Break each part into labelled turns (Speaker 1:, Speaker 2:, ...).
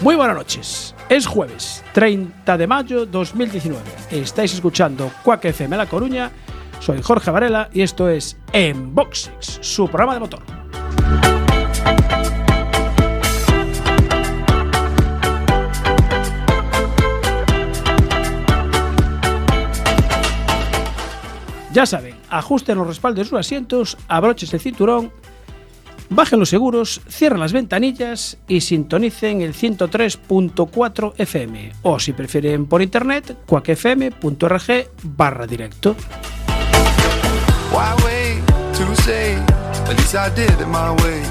Speaker 1: Muy buenas noches. Es jueves 30 de mayo 2019. Estáis escuchando Quack FM La Coruña. Soy Jorge Varela y esto es Enboxix, su programa de motor. Ya saben, ajusten los respaldos de sus asientos, abroches el cinturón Bajen los seguros, cierren las ventanillas y sintonicen el 103.4 FM o si prefieren por internet, cuacfm.org barra directo.
Speaker 2: Why wait to say? At least I did it my way.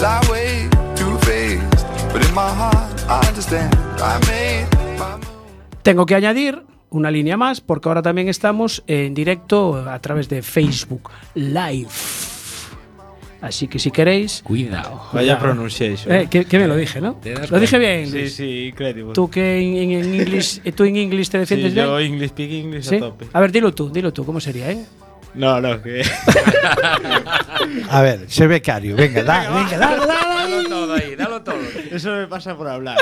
Speaker 2: Lie way too faced, but in my heart I understand. I made my move.
Speaker 1: Tengo que añadir una línea más porque ahora también estamos en directo a través de Facebook Live. Así que si queréis...
Speaker 3: Cuidado.
Speaker 1: Vaya
Speaker 4: Vaya pronunciation.
Speaker 1: Eh, que, que bien lo dije, ¿no?
Speaker 3: Te das
Speaker 1: Lo dije
Speaker 3: cuenta.
Speaker 1: bien,
Speaker 4: sí,
Speaker 1: Luis.
Speaker 4: sí, increíble.
Speaker 1: Tú que en, en, en English- eh, tú en inglés te
Speaker 4: sí,
Speaker 1: defiendes bien.
Speaker 4: yo English speak English
Speaker 1: ¿Sí?
Speaker 4: a tope.
Speaker 1: A ver, dilo tú, dilo tú, ¿cómo sería, eh?
Speaker 4: No, no, que.
Speaker 5: A ver, ser becario. Venga, da, venga, da.
Speaker 3: Dalo todo ahí, dalo todo.
Speaker 4: Eso me pasa por hablar.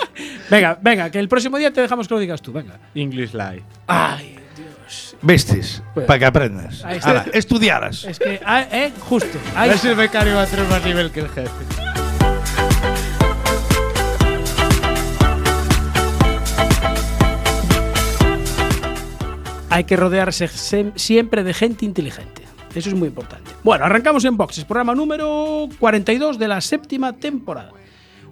Speaker 1: Venga, venga, que el próximo día te dejamos que lo digas tú, venga.
Speaker 4: English live.
Speaker 1: Ay, Dios. Pues,
Speaker 5: Vestes, para que aprendas.
Speaker 1: Ahí está.
Speaker 5: Ahora, estudiaras.
Speaker 1: Es que, ah, eh, justo. Ahí
Speaker 4: No sé si el becario va a tener más nivel que el jefe.
Speaker 1: hay que rodearse sem- siempre de gente inteligente. Eso es muy importante. Bueno, arrancamos en boxes, programa número 42 de la séptima temporada.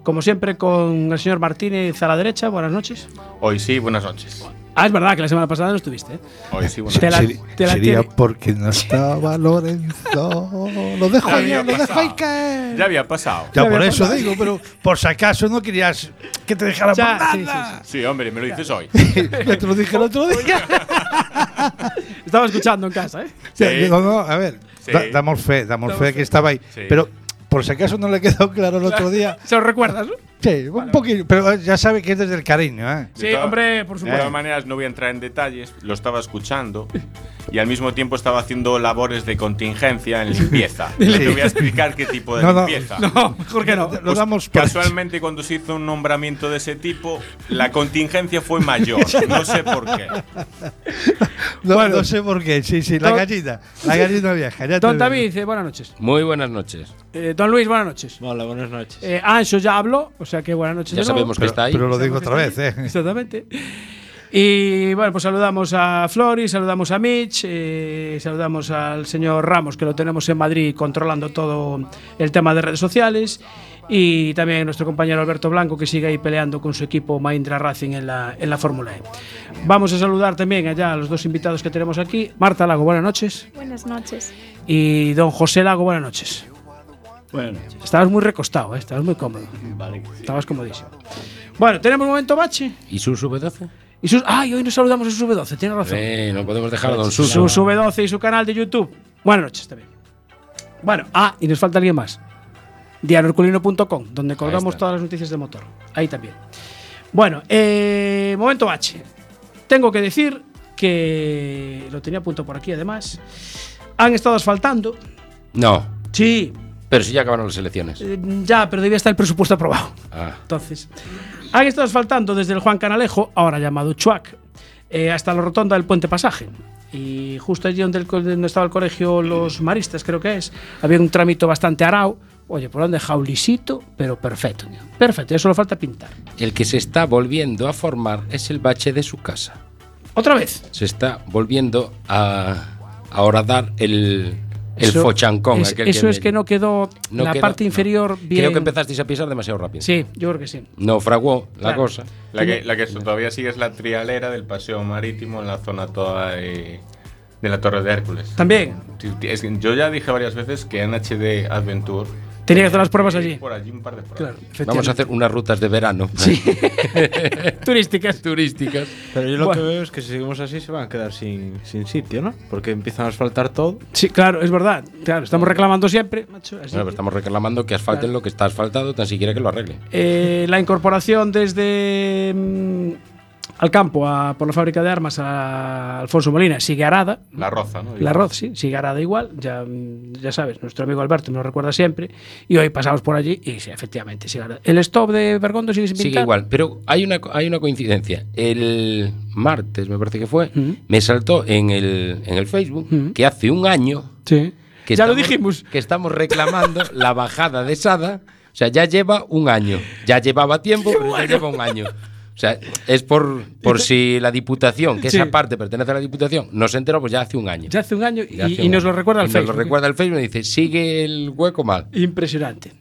Speaker 1: Como siempre, con el señor Martínez a la derecha. Buenas noches.
Speaker 3: Hoy sí, buenas noches.
Speaker 1: Ah, es verdad que la semana pasada no estuviste. ¿eh?
Speaker 3: Hoy sí, buenas
Speaker 1: Te la-
Speaker 5: Seri-
Speaker 1: te la
Speaker 5: sería
Speaker 1: tiene.
Speaker 5: porque no estaba Lorenzo. Lo dejo
Speaker 3: Ya
Speaker 5: ahí,
Speaker 3: había
Speaker 5: lo dejo ahí
Speaker 3: pasado.
Speaker 5: caer.
Speaker 3: Ya había pasado.
Speaker 1: Ya
Speaker 5: Ya por
Speaker 1: había
Speaker 5: eso digo, pero por si acaso no querías que te dejara
Speaker 1: Ya,
Speaker 5: por
Speaker 1: sí,
Speaker 5: nada.
Speaker 3: Sí, hombre, me lo dices hoy.
Speaker 5: Ya te lo dije el otro día.
Speaker 1: Estaba escuchando en casa, ¿eh?
Speaker 5: Ya,
Speaker 3: Sí.
Speaker 5: digo, no, a ver,
Speaker 3: Sí.
Speaker 5: da- damos fe, damos fe que estaba ahí.
Speaker 3: Sí.
Speaker 5: Pero por si acaso no le quedó claro el otro día.
Speaker 1: ¿Se lo recuerdas? no?
Speaker 5: Sí, un poquillo, pero ya sabe que es desde el cariño, ¿eh?
Speaker 1: Sí,
Speaker 3: De todas-
Speaker 1: hombre, por
Speaker 3: De
Speaker 1: supuesto.
Speaker 3: todas maneras, no voy a entrar en detalles. Lo estaba escuchando y al mismo tiempo estaba haciendo labores de contingencia en limpieza. No te voy a explicar qué tipo de
Speaker 5: No, no.
Speaker 3: limpieza. Pues
Speaker 1: No, mejor que no.
Speaker 5: Lo damos por
Speaker 3: Casualmente, cuando se hizo un nombramiento de ese tipo, la contingencia fue mayor. No sé por qué.
Speaker 5: No, no sé por qué, sí, sí, la
Speaker 1: Don-
Speaker 5: gallina, la gallina vieja. Ya te
Speaker 1: Don
Speaker 5: digo.
Speaker 1: David, eh, buenas noches.
Speaker 6: Muy buenas noches.
Speaker 1: Eh, don Luis, buenas noches.
Speaker 4: Hola, buenas noches.
Speaker 1: Eh, Ancho ya habló, o sea que buenas noches.
Speaker 6: Ya
Speaker 1: de nuevo.
Speaker 6: sabemos que
Speaker 5: Pero,
Speaker 6: está ahí.
Speaker 5: pero lo digo otra vez, ¿eh?
Speaker 1: Exactamente. Y bueno, pues saludamos a Flori, saludamos a Mitch, eh, saludamos al señor Ramos, que lo tenemos en Madrid controlando todo el tema de redes sociales. Y también nuestro compañero Alberto Blanco, que sigue ahí peleando con su equipo Mahindra Racing en la, en la Fórmula E. Vamos a saludar también allá a los dos invitados que tenemos aquí. Marta Lago, buenas noches.
Speaker 7: Buenas noches.
Speaker 1: Y don José Lago, buenas noches.
Speaker 4: Bueno,
Speaker 1: Estabas muy recostado, ¿eh? estabas muy cómodo.
Speaker 4: vale.
Speaker 1: Estabas comodísimo. Bueno, ¿tenemos un momento bache?
Speaker 6: ¿Y su V12?
Speaker 1: Y sus, ay, hoy nos saludamos a Sub12, tiene razón.
Speaker 6: Eh, no podemos dejar a Don
Speaker 1: Su
Speaker 6: Suso.
Speaker 1: Sub12 y su canal de YouTube. Buenas noches también. Bueno, ah, y nos falta alguien más. Dianorculino.com, donde colgamos
Speaker 6: está.
Speaker 1: todas las noticias de motor. Ahí también. Bueno, eh, momento bache. Tengo que decir que lo tenía a punto por aquí además. Han estado asfaltando.
Speaker 6: No,
Speaker 1: Sí,
Speaker 6: pero si ya acabaron las elecciones.
Speaker 1: eh, ya, pero debía estar el presupuesto aprobado.
Speaker 6: Ah,
Speaker 1: Entonces, han estado asfaltando desde el Juan Canalejo, ahora llamado Chuac, eh, hasta la rotonda del Puente Pasaje. Y justo allí donde, el co- donde estaba el colegio Los Maristas, creo que es, había un trámite bastante arao. Oye, por donde jaulisito, pero perfecto. tío. Perfecto, ya solo falta pintar.
Speaker 6: el que se está volviendo a formar es el bache de su casa.
Speaker 1: Otra vez.
Speaker 6: Se está volviendo a a horadar el, el
Speaker 1: Eso-
Speaker 6: fochancón.
Speaker 1: es-
Speaker 6: aquel
Speaker 1: eso es que no quedó
Speaker 6: no
Speaker 1: la
Speaker 6: quedó-
Speaker 1: parte
Speaker 6: no.
Speaker 1: inferior bien.
Speaker 6: Creo que empezasteis a pisar demasiado rápido.
Speaker 1: Sí, yo creo que sí.
Speaker 6: Naufragó la
Speaker 1: Claro.
Speaker 6: cosa.
Speaker 3: La que, la que todavía sigue es la trialera del paseo marítimo en la zona toda de, de la Torre de Hércules.
Speaker 1: También.
Speaker 3: Tío, tío, es que yo ya dije varias veces que NHD Adventure.
Speaker 1: Tenía que hacer las pruebas allí.
Speaker 3: Por allí un par de pruebas.
Speaker 1: Claro,
Speaker 6: Vamos a hacer unas rutas de verano.
Speaker 1: Sí. Turísticas.
Speaker 6: Turísticas.
Speaker 4: Pero yo lo
Speaker 1: Bueno.
Speaker 4: que veo es que si seguimos así se van a quedar sin, sin sitio, ¿no? Porque empiezan a asfaltar todo.
Speaker 1: Sí, claro, es verdad. Claro, estamos reclamando siempre, macho. así
Speaker 6: Bueno, pero
Speaker 1: que-
Speaker 6: estamos reclamando que asfalten lo que está asfaltado, tan siquiera que lo arreglen.
Speaker 1: Eh, la incorporación desde mm, al campo a- por la fábrica de armas a Alfonso Molina sigue arada.
Speaker 3: La Roza, ¿no?
Speaker 1: La Roz, sí, sigue arada igual. Ya, mm, ya sabes, nuestro amigo Alberto me lo recuerda siempre. Y hoy pasamos por allí y sí, efectivamente sigue arada. El stop de Bergondo sigue sin pintar.
Speaker 6: Sigue igual, pero hay una, co- hay una coincidencia. El martes, me parece que fue,
Speaker 1: Mm.
Speaker 6: me saltó en el, en el Facebook
Speaker 1: Ujú.
Speaker 6: que hace un año
Speaker 1: Mm. Sí.
Speaker 6: que,
Speaker 1: ya lo
Speaker 6: estamos-
Speaker 1: dijimos.
Speaker 6: que estamos reclamando la bajada de Sada. O sea, ya lleva un año. Ya llevaba tiempo, pero ya lleva un año. O sea, es por, por si la Diputación, que
Speaker 1: Sí.
Speaker 6: esa parte pertenece a la Diputación, no se enteró, pues ya hace un año.
Speaker 1: Ya hace un año
Speaker 6: Ya hace
Speaker 1: y, y
Speaker 6: un
Speaker 1: nos
Speaker 6: año.
Speaker 1: lo recuerda el
Speaker 6: Y nos
Speaker 1: Facebook.
Speaker 6: lo recuerda el Facebook y dice, sigue el hueco mal.
Speaker 1: Impresionante.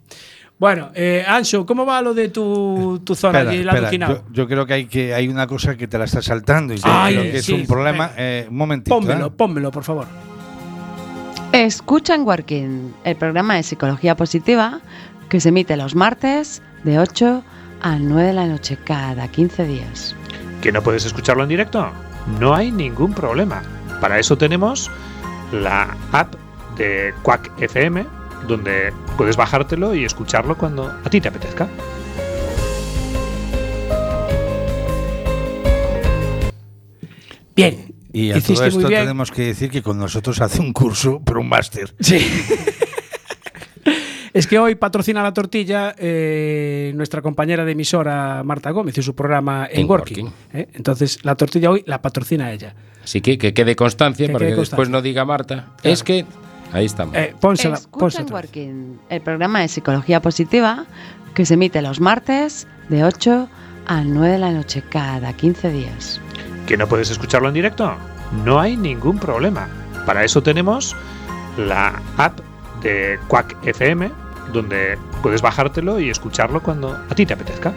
Speaker 1: Bueno, eh, Ancho, ¿cómo va lo de tu, tu zona
Speaker 5: Espera,
Speaker 1: allí, la
Speaker 5: espera,
Speaker 1: Duquinao?
Speaker 5: Yo, yo creo que hay que hay una cosa que te la está saltando y yo
Speaker 1: Ay,
Speaker 5: creo que
Speaker 1: sí,
Speaker 5: es un problema.
Speaker 1: venga.
Speaker 5: Eh, un momentito.
Speaker 1: Pónmelo,
Speaker 5: ¿eh?
Speaker 1: pónmelo, por favor.
Speaker 7: Escuchan Working, el programa de psicología positiva que se emite los martes de 8 a 9 de la noche cada 15 días.
Speaker 8: ¿Que no puedes escucharlo en directo? No hay ningún problema. Para eso tenemos la app de Quack FM, donde puedes bajártelo y escucharlo cuando a ti te apetezca.
Speaker 1: Bien.
Speaker 5: ¿eh? Y a
Speaker 1: Hiciste
Speaker 5: todo esto
Speaker 1: muy bien.
Speaker 5: tenemos que decir que con nosotros hace un curso, pero un máster.
Speaker 1: Sí. Es que hoy patrocina la tortilla eh, nuestra compañera de emisora Marta Gómez y su programa en
Speaker 6: En
Speaker 1: Working.
Speaker 6: Working.
Speaker 1: ¿eh? Entonces, la tortilla hoy la patrocina ella.
Speaker 6: Así que que quede constancia
Speaker 1: Que
Speaker 6: para
Speaker 1: quede
Speaker 6: que después
Speaker 1: constancia.
Speaker 6: no diga Marta. Es que... Ahí estamos.
Speaker 1: Eh, pónsela, pónsela
Speaker 7: Escuchan
Speaker 1: otra vez.
Speaker 7: Working, el programa de psicología positiva que se emite los martes de 8 a 9 de la noche cada 15 días.
Speaker 8: ¿Que no puedes escucharlo en directo? No hay ningún problema. Para eso tenemos la app de Quack FM, donde puedes bajártelo y escucharlo cuando a ti te apetezca.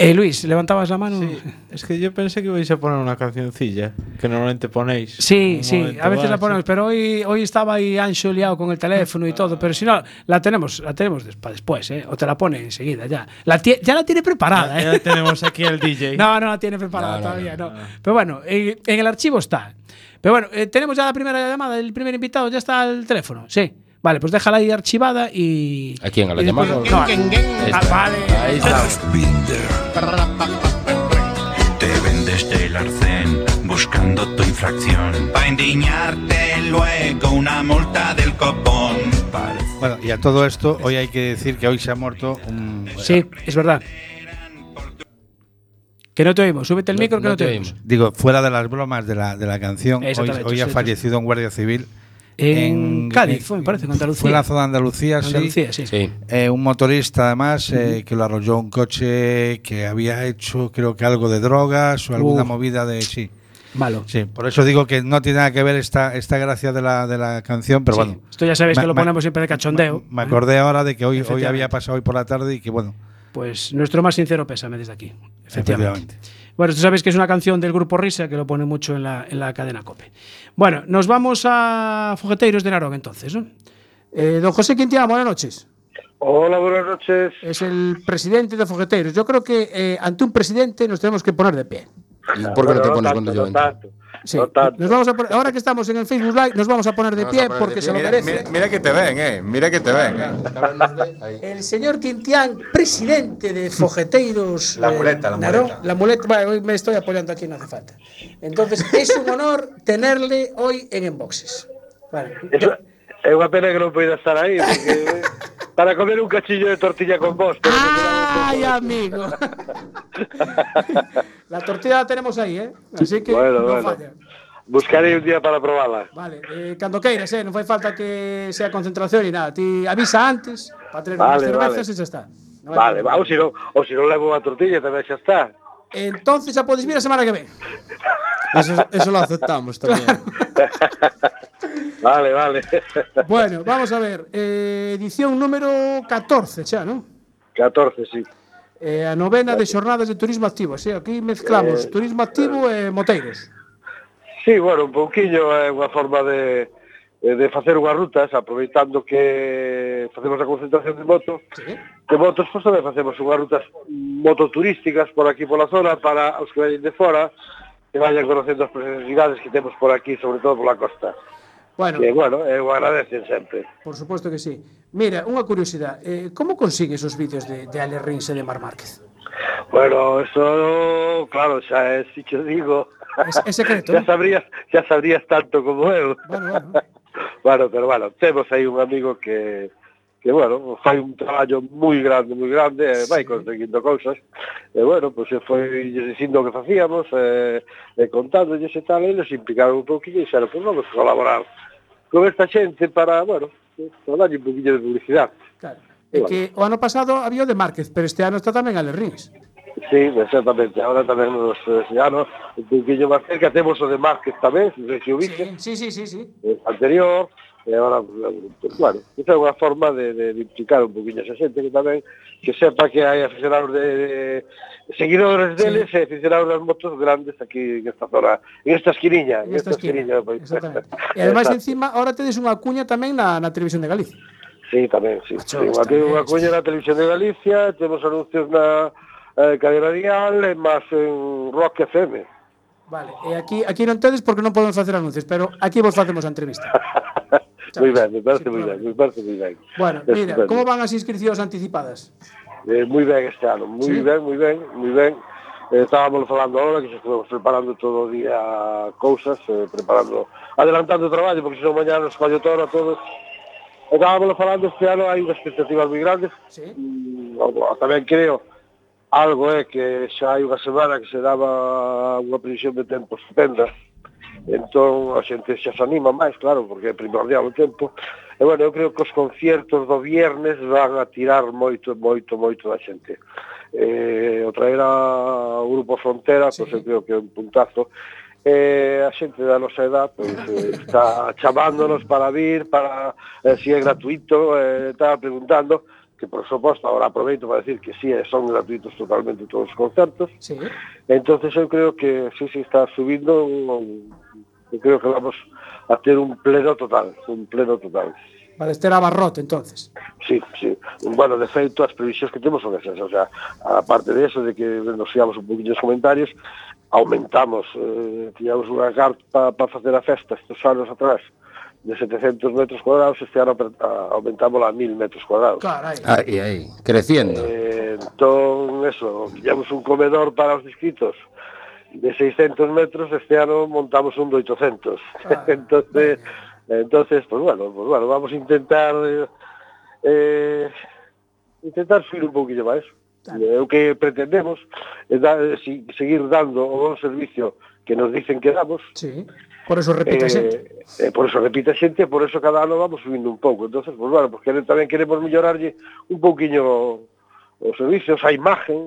Speaker 1: Eh, Luis, ¿levantabas la mano? Sí,
Speaker 4: Es que yo pensé que ibais a poner una cancioncilla que normalmente ponéis.
Speaker 1: sí,
Speaker 4: Un momento,
Speaker 1: a veces
Speaker 4: va,
Speaker 1: la ponemos,
Speaker 4: sí.
Speaker 1: pero hoy, hoy estaba ahí Ancho liado con el teléfono y todo, pero si no, la tenemos, la tenemos des- pa' después, ¿eh? o te la pone enseguida ya. La tie- ya la tiene preparada, ¿eh?
Speaker 4: Ya tenemos aquí al DJ.
Speaker 1: No, no la tiene preparada
Speaker 6: No, no,
Speaker 1: todavía, no,
Speaker 6: no,
Speaker 1: Pero bueno, en, en el archivo está. Pero bueno, eh, tenemos ya la primera llamada, el primer invitado, ya está el teléfono, sí. Vale, pues déjala ahí archivada y...
Speaker 6: ¿A quién? ¿A Este. la
Speaker 1: y después-
Speaker 6: llamada?
Speaker 1: No,
Speaker 6: Esta.
Speaker 1: ah, vale.
Speaker 6: Ahí estamos.
Speaker 9: Te vendes del arcén buscando tu infracción. Pa' endiñarte luego una multa del copón. Parece
Speaker 5: Bueno, y a todo esto, hoy hay que decir que hoy se ha muerto un.
Speaker 1: Sí, es verdad. Que no te oímos, súbete el
Speaker 6: No-
Speaker 1: micro que
Speaker 6: no
Speaker 1: no te
Speaker 6: te
Speaker 1: oímos.
Speaker 5: Digo, fuera de las bromas de la, de la canción, hoy,
Speaker 1: Exactamente,
Speaker 5: hoy ha
Speaker 1: sí,
Speaker 5: fallecido un guardia civil.
Speaker 1: En Cádiz, fue, me parece, en Andalucía.
Speaker 5: Fue en la zona de Andalucía, sí.
Speaker 1: Andalucía, sí.
Speaker 6: Sí.
Speaker 5: Eh, un motorista, además, eh, que lo arrolló un coche que había hecho, creo que algo de drogas o alguna
Speaker 1: Uf.
Speaker 5: movida de. Sí,
Speaker 1: Malo.
Speaker 5: sí. Por eso digo que no tiene nada que ver esta, esta gracia de la, de la canción, pero
Speaker 1: Sí,
Speaker 5: bueno.
Speaker 1: Esto ya sabéis
Speaker 5: Ma-
Speaker 1: que lo
Speaker 5: ma-
Speaker 1: ponemos siempre de cachondeo.
Speaker 5: Me acordé ahora de que hoy, hoy
Speaker 1: Efectivamente.
Speaker 5: había pasado hoy por la tarde y que, bueno,
Speaker 1: Pues nuestro más sincero pésame desde aquí. Efectivamente.
Speaker 5: Efectivamente.
Speaker 1: Bueno, tú sabes que es una canción del grupo Risa que lo pone mucho en la, en la cadena Cope. Bueno, nos vamos a Fogeteiros de Narón entonces. ¿no? Eh, don José Quintiana, buenas noches.
Speaker 10: Hola, buenas noches.
Speaker 1: Es el presidente de Fogeteiros. Yo creo que eh, ante un presidente nos tenemos que poner de pie.
Speaker 6: ¿Y ¿Por qué no te pones cuando yo
Speaker 10: no
Speaker 6: entro?
Speaker 10: tanto.
Speaker 1: Sí.
Speaker 10: No tanto.
Speaker 1: Nos vamos a poner- ahora que estamos en el Facebook Live, nos vamos a poner de pie porque se lo merece.
Speaker 3: que te ven, eh. Mira que te ven,
Speaker 1: El señor Quintián, presidente de Fogeteiros. eh,
Speaker 3: La muleta, la
Speaker 1: Narón.
Speaker 3: muleta.
Speaker 1: La muleta, bueno, hoy me estoy apoyando aquí, no hace falta. Entonces, es un honor tenerle hoy en Enboxes. Vale.
Speaker 10: Es una- es una pena que no pueda estar ahí, porque, eh, para comer un cachillo de tortilla con vos.
Speaker 1: Ah,
Speaker 10: pero me quedaba un
Speaker 1: ¡Ay, amigo!
Speaker 10: poco-
Speaker 1: la tortilla la tenemos ahí, ¿eh? Así que
Speaker 10: Bueno,
Speaker 1: no
Speaker 10: bueno.
Speaker 1: falla.
Speaker 10: Buscaré un día para probarla.
Speaker 1: Vale, eh, cando queiras, eh, non fai falta que sea concentración ni nada. Ti avisa antes para traer unhas
Speaker 10: Vale,
Speaker 1: cervezas
Speaker 10: vale.
Speaker 1: e xa está. Non hai
Speaker 10: Vale,
Speaker 1: problema.
Speaker 10: va, o si no, o si no levo a tortilla tamén xa está.
Speaker 1: Entonces xa podes vir a semana que ven.
Speaker 4: Eso, eso lo aceptamos también.
Speaker 10: Vale, vale.
Speaker 1: Bueno, vamos a ver. eh, edición número 14 xa, ¿no?
Speaker 10: 14, sí.
Speaker 1: eh, a novena de xornadas de turismo activo, así, aquí mezclamos
Speaker 10: Eh,
Speaker 1: turismo activo e moteiros.
Speaker 10: Sí, bueno, un pouquiño é unha forma de eh, de facer unhas rutas aproveitando que facemos a concentración de motos de motos, pois tamén facemos unhas rutas mototurísticas por aquí pola zona para os que veñen de fora que vayan conocendo as preciosidades que temos por aquí, sobre todo pola costa.
Speaker 1: Bueno,
Speaker 10: E, bueno, eu agradecen sempre.
Speaker 1: por suposto que sí. Mira, unha curiosidade, eh, como consigues os vídeos de, de Ale Rins e de Mar Márquez?
Speaker 10: Bueno, eso, claro, xa é, si que digo...
Speaker 1: Es, é secreto,
Speaker 10: xa, sabrías, xa sabrías tanto como eu. Bueno, bueno. bueno, pero bueno, temos aí un amigo que que, bueno, fai un traballo moi grande, moi grande, eh, e vai conseguindo cousas. E, bueno, pois pues, foi lles dicindo o que eh, facíamos, e, e contándolles e tal, e eles implicaron un pouquinho e dixeron, pois vamos colaborar con esta xente para, bueno, para darlle un pouquinho de publicidade.
Speaker 1: Claro. É que o ano pasado había o de Márquez, pero este ano está tamén Ale Rins.
Speaker 10: Sí, exactamente. Ahora eh, tamén nos enseñaron un poquinho máis cerca. Temos o de Márquez tamén, non sei se o viste.
Speaker 1: Sí, sí, sí, sí.
Speaker 10: eh, anterior, e agora, pues, bueno, esa é unha forma de, de, de implicar un poquinho esa xente que tamén que sepa que hai aficionados de, de seguidores deles e aficionados das motos grandes aquí en esta zona, en esta esquiniña, en esta, esquiniña. pois.
Speaker 1: E además
Speaker 10: Exacto.
Speaker 1: encima ahora tedes unha cuña tamén na, na televisión de Galicia.
Speaker 10: Sí, tamén, sí.
Speaker 1: está
Speaker 10: sí unha,
Speaker 1: ben.
Speaker 10: unha cuña na televisión de Galicia, temos anuncios na eh, cadena dial, e máis en Rock FM.
Speaker 1: Vale, e aquí aquí non tedes porque non podemos facer anuncios, pero aquí vos facemos a entrevista.
Speaker 10: Moi ben, me parece moi ben, me parece moi ben.
Speaker 1: Bueno,
Speaker 10: É
Speaker 1: mira,
Speaker 10: estupendo.
Speaker 1: como van as inscripcións anticipadas?
Speaker 10: Eh, moi ben este ano, moi
Speaker 1: Sí?
Speaker 10: ben, moi ben, moi ben. Eh, estábamos falando ahora que xa estuvemos preparando todo o día cousas, eh, preparando, adelantando o traballo, porque senón mañá nos fallo todo a todos. E Estábamos falando este ano, hai unhas expectativas moi grandes.
Speaker 1: Sí.
Speaker 10: tamén creo, algo é que xa hai unha semana que se daba unha previsión de tempo estupenda. Entón a xente xa se anima máis, claro, porque é primordial o tempo. E bueno, eu creo que os conciertos do viernes van a tirar moito, moito, moito da xente. Eh, o traer a o Grupo Frontera, sí. pois eu creo que é un puntazo. Eh, a xente da nosa edad pois, eh, está chamándonos para vir, para eh, si é gratuito, eh, está preguntando que por suposto ahora aproveito para decir que sí, eh, son gratuitos totalmente todos os concertos.
Speaker 1: Sí.
Speaker 10: Entonces eu creo que sí, sí está subindo, un- eu creo que vamos a ter un pleno total, un pleno total.
Speaker 1: Vale, este era barrote, entonces.
Speaker 10: Sí, sí. Bueno, de feito, as previsións que temos son esas. O sea, aparte de eso, de que nos fiamos un poquinho os comentarios, aumentamos, eh, tiñamos unha carta para facer a festa estes anos atrás de 700 metros cuadrados, este ano apre- a- aumentámola a 1000 metros cuadrados.
Speaker 1: Carai.
Speaker 6: Ahí, ahí, creciendo.
Speaker 10: Eh, entón, eso, pillamos un comedor para os inscritos de 600 metros, este ano montamos un de 800. entonces, entonces, pues bueno, pues bueno, vamos a intentar eh, eh, intentar subir un pouquinho máis. Eh, O que pretendemos é da, eh, si- seguir dando o bon servicio que nos dicen que damos.
Speaker 1: Sí. Por eso repite a xente.
Speaker 10: Eh, por eso repite a xente, por eso cada ano vamos subindo un pouco. Entonces, pues bueno, pues quere, tamén queremos mellorarlle un pouquiño os servicios, a imagen,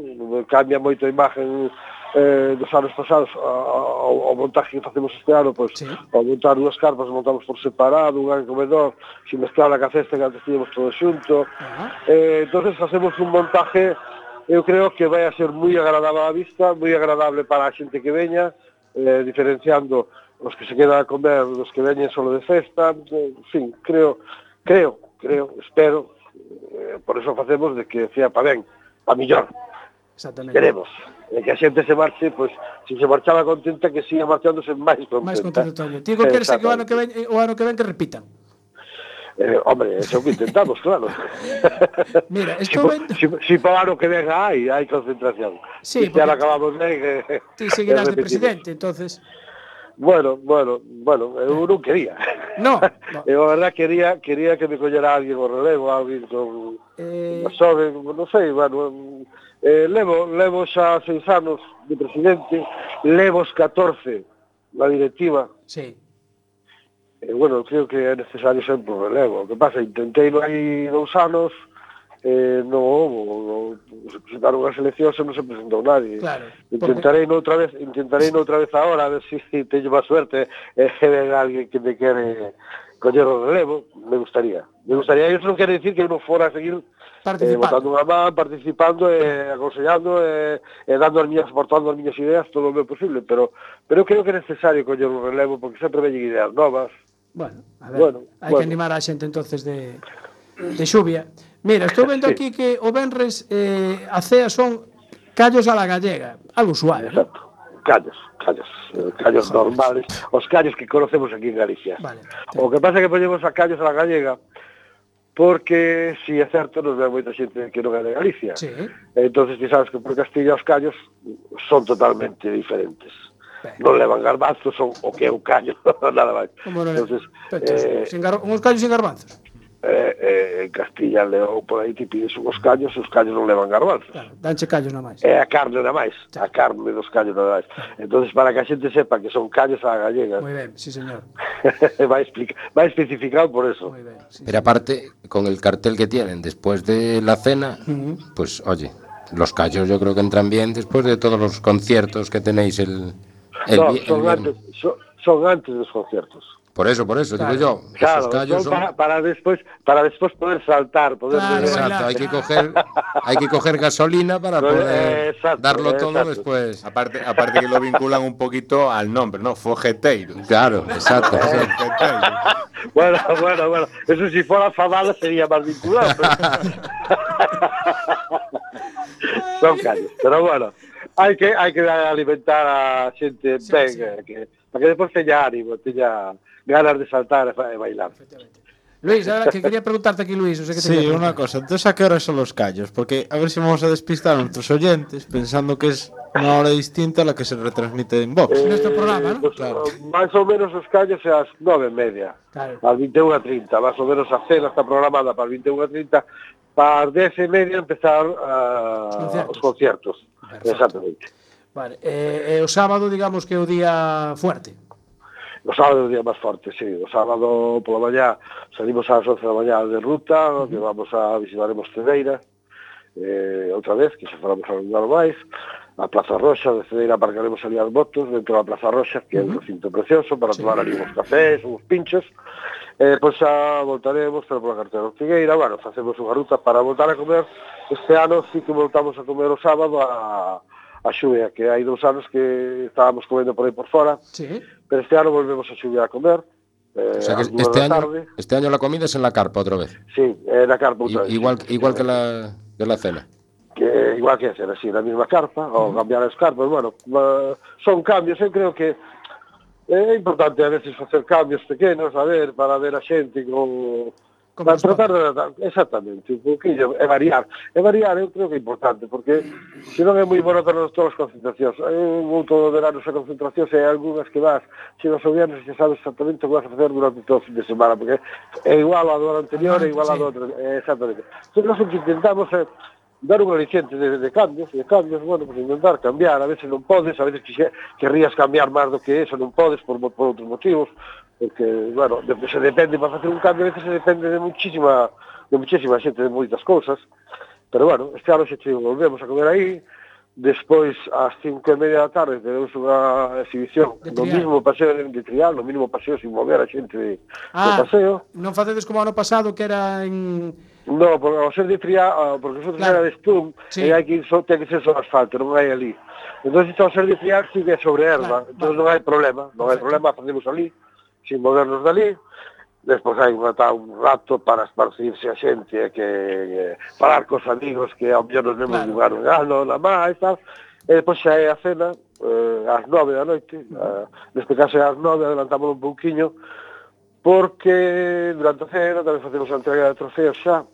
Speaker 10: cambia moito a imagen eh, dos anos pasados a- a- ao, ao montaje que facemos este ano, pois, ao montar dúas carpas, montamos por separado, un gran comedor, sin mezclar a cacesta que antes tínhamos todo xunto. Eh, entonces facemos un montaje, eu creo que vai a ser moi agradable á vista, moi agradable para a xente que veña, eh, diferenciando os que se quedan a comer, dos que veñen solo de festa, eh, en fin, creo, creo, creo, espero, eh, por eso facemos de que sea para ben, para millón,
Speaker 1: Exactamente.
Speaker 10: queremos. E que a xente se marche, pois, se se marchaba contenta, que siga marchándose máis contenta.
Speaker 1: Máis contento todavía. Tigo que que o ano que ven, o ano que ven que repitan.
Speaker 10: Eh, hombre, eso que intentamos, claro.
Speaker 1: Mira,
Speaker 10: esto... Si, si, si para o que venga hai, hai concentración.
Speaker 1: Sí,
Speaker 10: Si xa
Speaker 1: porque-
Speaker 10: la acabamos ben... Eh,
Speaker 1: Ti seguirás
Speaker 10: eh,
Speaker 1: de
Speaker 10: repetimos.
Speaker 1: presidente, entonces.
Speaker 10: Bueno, bueno, bueno, eu non quería.
Speaker 1: No.
Speaker 10: Eu, a verdad, quería, quería que me collera alguén o relevo, alguén con...
Speaker 1: Eh,
Speaker 10: Más Joven, non sei, bueno, eh, levo, levo xa seis anos de presidente, levo os 14 na directiva,
Speaker 1: Sí.
Speaker 10: e bueno, creo que é necesario sempre un relevo. O que pasa, intentei hai dous anos, eh, non houve, non, se presentaron as eleccións e non se presentou nadie.
Speaker 1: Claro.
Speaker 10: Intentarei no outra vez, intentarei no outra vez ahora a ver se si teño máis suerte e eh, ver alguén que me quere coñer o relevo, me gustaría. Me gustaría, iso non quere dicir que eu non fora a seguir eh,
Speaker 1: Participando.
Speaker 10: botando unha man, participando, eh, aconsellando, eh, eh, dando as miñas, aportando as miñas ideas todo o meu posible, pero pero eu creo que é necesario coñer un relevo porque sempre veñen ideas novas.
Speaker 1: Bueno, a ver,
Speaker 10: Bueno,
Speaker 1: hai que
Speaker 10: bueno.
Speaker 1: animar a xente entonces de, de xuvia. Mira, estou vendo
Speaker 10: Sí.
Speaker 1: aquí que o Benres eh, a cea son callos a la gallega, algo suave. ¿no?
Speaker 10: Callos, callos, eh, callos normales, os callos que conocemos aquí en Galicia.
Speaker 1: Vale.
Speaker 10: O que pasa é que ponemos a callos a la gallega porque, si é certo, nos ve moita xente que non é de Galicia.
Speaker 1: Sí.
Speaker 10: Entonces, ti sabes que por Castilla os callos son totalmente diferentes. Non levan garbanzos, son o que é un callo, nada máis.
Speaker 1: Como non é?
Speaker 10: Entonces,
Speaker 1: Entonces,
Speaker 10: eh,
Speaker 1: sin gar... Uns callos sin garbanzos.
Speaker 10: eh, eh, en Castilla, León, por aí ti pides uns callos, os callos non levan garbanzos.
Speaker 1: Danche callos na máis.
Speaker 10: É a carne nada máis, a carne dos callos nada máis. Entonces, para que a xente sepa que son callos á gallega,
Speaker 1: Moi ben, sí señor.
Speaker 10: vai, explica, vai especificado por eso.
Speaker 6: Pero aparte, con el cartel que tienen después de la cena, pues oye, los callos yo creo que entran bien después de todos los conciertos que tenéis el, el,
Speaker 10: no,
Speaker 6: vi- el
Speaker 10: son,
Speaker 6: viernes.
Speaker 10: antes, son, son antes dos conciertos.
Speaker 6: Por eso, por eso, digo yo.
Speaker 10: Claro,
Speaker 6: esos callos
Speaker 10: son para,
Speaker 6: son-
Speaker 10: para despois para despois poder saltar, poder
Speaker 6: Exacto, hay que coger, hay que coger gasolina para
Speaker 10: No,
Speaker 6: poder
Speaker 10: eh, exacto,
Speaker 6: darlo
Speaker 10: eh,
Speaker 6: todo
Speaker 10: exacto.
Speaker 6: después.
Speaker 3: Aparte, aparte que lo vinculan un poquito al nombre, ¿no? Fogeteiros.
Speaker 6: Claro, exacto.
Speaker 10: Eh. Bueno, bueno, bueno, eso si fuera fabada sería más vinculado. pero- son callos, pero bueno, hai que hai que dar a alimentar a xente sí, ben, sí. que para que despois teña ánimo, teña ganas de saltar e fa- e bailar.
Speaker 1: Luis, ahora que quería preguntarte aquí, Luis, o sea que te
Speaker 4: Sí,
Speaker 1: quería
Speaker 4: una
Speaker 1: preguntar.
Speaker 4: cosa. Entonces, ¿a qué hora son los callos? Porque a ver si vamos a despistar a nuestros oyentes pensando que es una hora distinta a la que se retransmite en
Speaker 10: Eh,
Speaker 4: Vox.
Speaker 10: programa, ¿no? Más eh, ou menos os callos ás nove e media.
Speaker 1: Claro.
Speaker 10: Ás 21.30, máis ou menos a cena está programada para as 21.30, para as 10 e media empezar ah, os conciertos. Exactamente.
Speaker 1: Vale, eh, eh, o sábado digamos que é o día fuerte.
Speaker 10: O sábado é o día máis forte, sí. O sábado pola mañá salimos ás 11 da mañá de ruta, que vamos a visitaremos Cedeira, eh, outra vez, que se faramos a lugar máis, a Plaza Roxa, de Cedeira aparcaremos ali as motos dentro da Plaza Roxa, que é un recinto precioso para tomar ali uns cafés, uns pinchos, Eh, pois xa voltaremos, pero pola cartera Ortigueira, bueno, facemos unha ruta para voltar a comer. Este ano sí que voltamos a comer o sábado a, a xuvia, que hai dous anos que estábamos comendo por aí por fora,
Speaker 1: Sí.
Speaker 10: pero este ano volvemos a xuvia a comer. Eh,
Speaker 6: O sea
Speaker 10: ás
Speaker 6: que
Speaker 10: dúas
Speaker 6: este
Speaker 10: da
Speaker 6: año,
Speaker 10: tarde.
Speaker 6: este año la comida es en la carpa otra vez.
Speaker 10: Sí, eh, na carpa outra vez.
Speaker 6: Igual, igual que la, que la cena.
Speaker 10: que igual que hacer así, la misma carpa, o cambiar as carpas, bueno, ma- son cambios, eu creo que eh, é importante a veces facer cambios pequenos, a ver, para ver a xente con... Para tratar de adaptar- exactamente, un poquillo, e variar. E variar eu creo que é importante, porque se non é moi bueno para todas as concentracións. eh, Eu vou todo o verano a concentracións e hai algunhas que vas, chegas ao viernes e xa sabes exactamente o que vas a facer durante todo o fin de semana, porque é igual a do ano anterior,
Speaker 1: Ah,
Speaker 10: é igual a do outro, é exactamente. Entón, nós o que intentamos é dar un aliciente de, de cambios, de cambios, bueno, pues intentar cambiar, a veces non podes, a veces quixe, querrías cambiar máis do que eso, non podes por, mo- por outros motivos, porque, bueno, de, se depende, para facer un cambio, a veces se depende de muchísima, de muchísima xente, de moitas cousas, pero bueno, este ano xe te digo, volvemos a comer aí, despois ás cinco e media da tarde teremos unha exhibición no
Speaker 1: trial.
Speaker 10: mismo paseo de trial, no mínimo paseo sin mover a xente de,
Speaker 1: Ah.
Speaker 10: do paseo,
Speaker 1: Non facedes como ano pasado que era en
Speaker 10: No, porque ao ser de tria, ah, porque nosotros
Speaker 1: Claro.
Speaker 10: claro. era de Stum,
Speaker 1: Sí.
Speaker 10: sí. e hai que ir so, ten que ser sobre asfalto, non hai ali. Entón, isto ao ser de tria, sí que é sobre erva, claro, entón non hai problema, non hai problema, facemos ali, sin movernos dali, despois hai un rato, un rato para esparcirse a xente, que eh, falar cos amigos que ao mellor nos vemos claro. lugar un ano, na má, e tal, e despois xa é a cena, eh, ás nove da noite, eh, neste caso é ás nove, adelantámoslo un pouquiño, porque durante a cena tamén facemos a entrega de trofeos xa,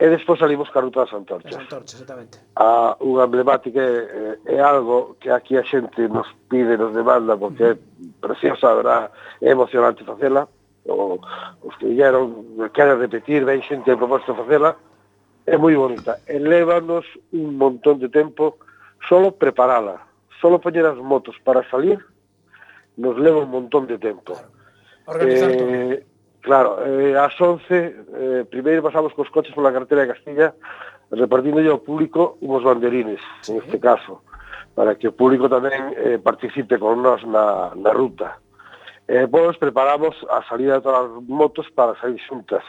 Speaker 10: e despois salimos ca ruta das antorchas.
Speaker 1: Santorcha, exactamente.
Speaker 10: A unha emblemática é, é algo que aquí a xente nos pide, nos demanda, porque é preciosa, verá, é emocionante facela, o, os que vieron queren repetir, ven xente proposta facela, é moi bonita. E lévanos un montón de tempo solo preparala, solo poñer as motos para salir, nos leva un montón de tempo.
Speaker 1: Organizar
Speaker 10: Eh, Claro, eh, ás 11, eh, primeiro pasamos cos coches pola carretera de Castilla repartindo ao público uns banderines, sí. neste caso, para que o público tamén eh, participe con nós na, na ruta. E eh, pois preparamos a salida de todas as motos para sair xuntas.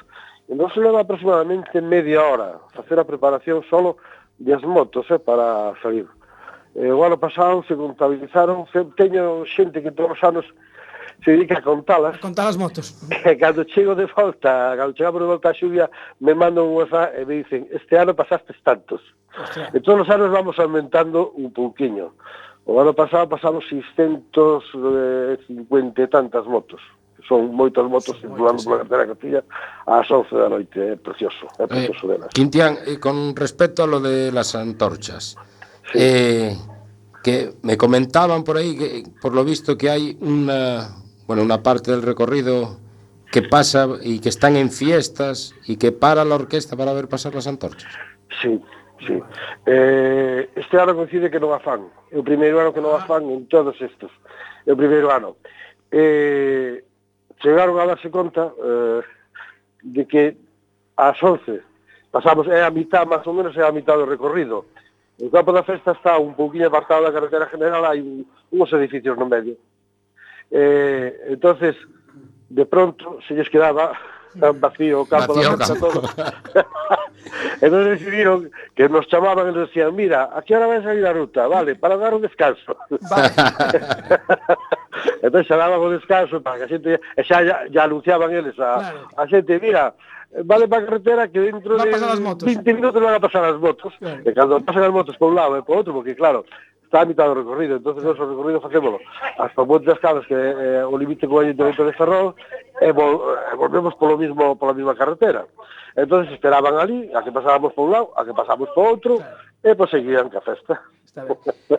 Speaker 10: E non se leva aproximadamente media hora facer a preparación solo das motos eh, para salir. Eh, o ano pasado se contabilizaron, se- teño xente que todos os anos se dedica a contalas.
Speaker 1: Contar as motos.
Speaker 10: E cando chego de volta, cando chegamos de volta a xuvia, me mandan un WhatsApp e me dicen, este ano pasastes tantos. E todos os anos vamos aumentando un pouquiño. O ano pasado pasamos 650 e tantas motos. Son moitas motos circulando pola carretera de Castilla ás 11 da noite, é precioso, é precioso delas.
Speaker 6: Quintián, eh, con respecto a lo de las antorchas, eh, que me comentaban por ahí, que, por lo visto, que hay una, bueno, una parte del recorrido que pasa y que están en fiestas y que para la orquesta para ver pasar las antorchas.
Speaker 10: Sí, sí. Eh, este ano coincide que non a fan. É o primeiro ano que non a fan en todos estes. É o primeiro ano. Eh, chegaron a darse conta eh, de que ás 11 pasamos, é a mitad, máis ou menos é a mitad do recorrido. O campo da festa está un pouquinho apartado da carretera general, hai un, uns edificios no medio. Eh, entonces, de pronto, se lles quedaba tan vacío o campo
Speaker 6: Vacío
Speaker 10: da
Speaker 6: o
Speaker 10: festa
Speaker 6: campo.
Speaker 10: todo. Entonces decidieron que nos llamaban y nos decían, mira, ¿a qué hora va a salir la ruta? Vale, para dar un descanso. Entonces se daba un descanso para que a xente, e xa, ya, ya anunciaban eles a,
Speaker 1: Claro.
Speaker 10: a xente, mira, vale para a carretera que dentro
Speaker 1: Van
Speaker 10: de
Speaker 1: pasar as motos."
Speaker 10: 20 minutos van a pasar as motos.
Speaker 1: Claro.
Speaker 10: E cando pasan as motos por un lado e por outro, porque claro, está a mitad do recorrido, entonces noso recorrido facémolo hasta o Monte das Cabras, que é eh, o limite co Ayuntamento de Ferrol, e vol eh, volvemos polo mismo, pola mesma carretera. Entonces esperaban ali, a que pasábamos por un lado, a que pasamos por outro, e pois seguían ca festa.
Speaker 1: Está ben.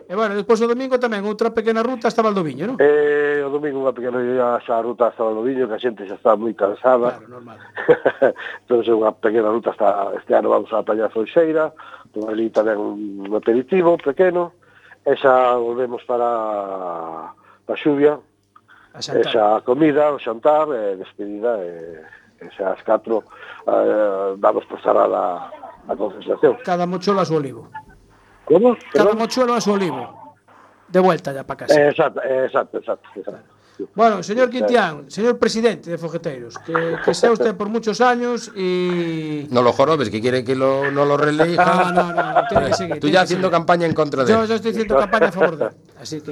Speaker 1: e bueno, despois o domingo tamén outra pequena ruta hasta Valdoviño, non?
Speaker 10: Eh, o domingo unha pequena idea xa a ruta hasta o Loviño, que a xente xa está moi cansada. Claro,
Speaker 1: normal.
Speaker 10: entón é unha pequena ruta hasta este ano vamos á Playa Feixeira, tomar ali tamén un aperitivo pequeno, e xa volvemos para a xuvia,
Speaker 1: A
Speaker 10: e xa a comida, o xantar, e despedida, e, e xa as 4 eh, damos por cerrada a concentración.
Speaker 1: Cada mochuelo a su olivo.
Speaker 10: Como?
Speaker 1: Cada mochuelo a su olivo. De vuelta ya para casa.
Speaker 10: Eh, exacto, eh, exacto, exacto, exacto.
Speaker 1: Bueno, señor Quintián, señor presidente de Fogeteiros, que, que sea usted por muchos años y...
Speaker 6: No lo jorobes, que quieren que lo- no lo relija.
Speaker 1: No, no, no, no, tiene que seguir,
Speaker 6: Tú
Speaker 1: tiene
Speaker 6: ya
Speaker 1: que
Speaker 6: haciendo
Speaker 1: seguir.
Speaker 6: campaña en contra de
Speaker 1: Yo,
Speaker 6: él.
Speaker 1: yo estoy haciendo campaña a favor de él. Así que...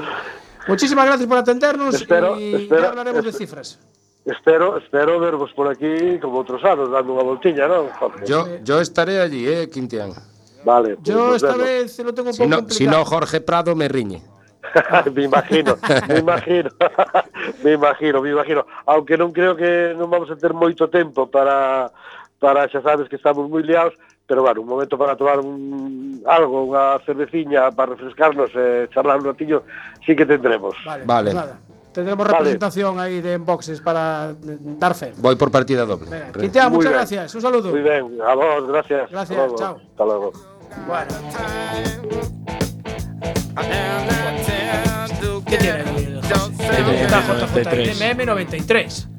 Speaker 1: Muchísimas gracias por atendernos
Speaker 10: Espero-
Speaker 1: y
Speaker 10: espero-
Speaker 1: ya hablaremos de
Speaker 10: espe-
Speaker 1: cifras.
Speaker 10: Espero, espero vervos por aquí como outros anos dando unha voltiña, non? Jorge?
Speaker 6: Yo, yo estaré allí, ¿eh, Quintián?
Speaker 10: Vale. pues
Speaker 1: Yo
Speaker 10: nos
Speaker 1: esta
Speaker 10: vemos.
Speaker 1: vez lo tengo un
Speaker 6: Si
Speaker 1: poco
Speaker 6: no, si
Speaker 1: complicado.
Speaker 6: no, Jorge Prado me riñe.
Speaker 10: me imagino, me imagino. me imagino, me imagino. Aunque non creo que non vamos a ter moito tempo para para xa sabes que estamos moi liados, pero bueno, un momento para tomar un algo, unha cerveciña para refrescarnos e charlar un ratillo, sí que tendremos.
Speaker 1: Vale.
Speaker 6: Vale.
Speaker 1: Nada. Tendremos
Speaker 10: Vale.
Speaker 1: representación ahí de boxes para mm, dar fe.
Speaker 6: Voy por partida doble.
Speaker 1: Venga, Quintián,
Speaker 10: Muy
Speaker 1: muchas
Speaker 10: bien.
Speaker 1: gracias. Un saludo.
Speaker 10: Muy bien, a vos, gracias. Hasta
Speaker 1: Gracias,
Speaker 10: luego.
Speaker 1: chao.
Speaker 10: Hasta luego.
Speaker 1: ¿Qué tiene? Está JJMM 93.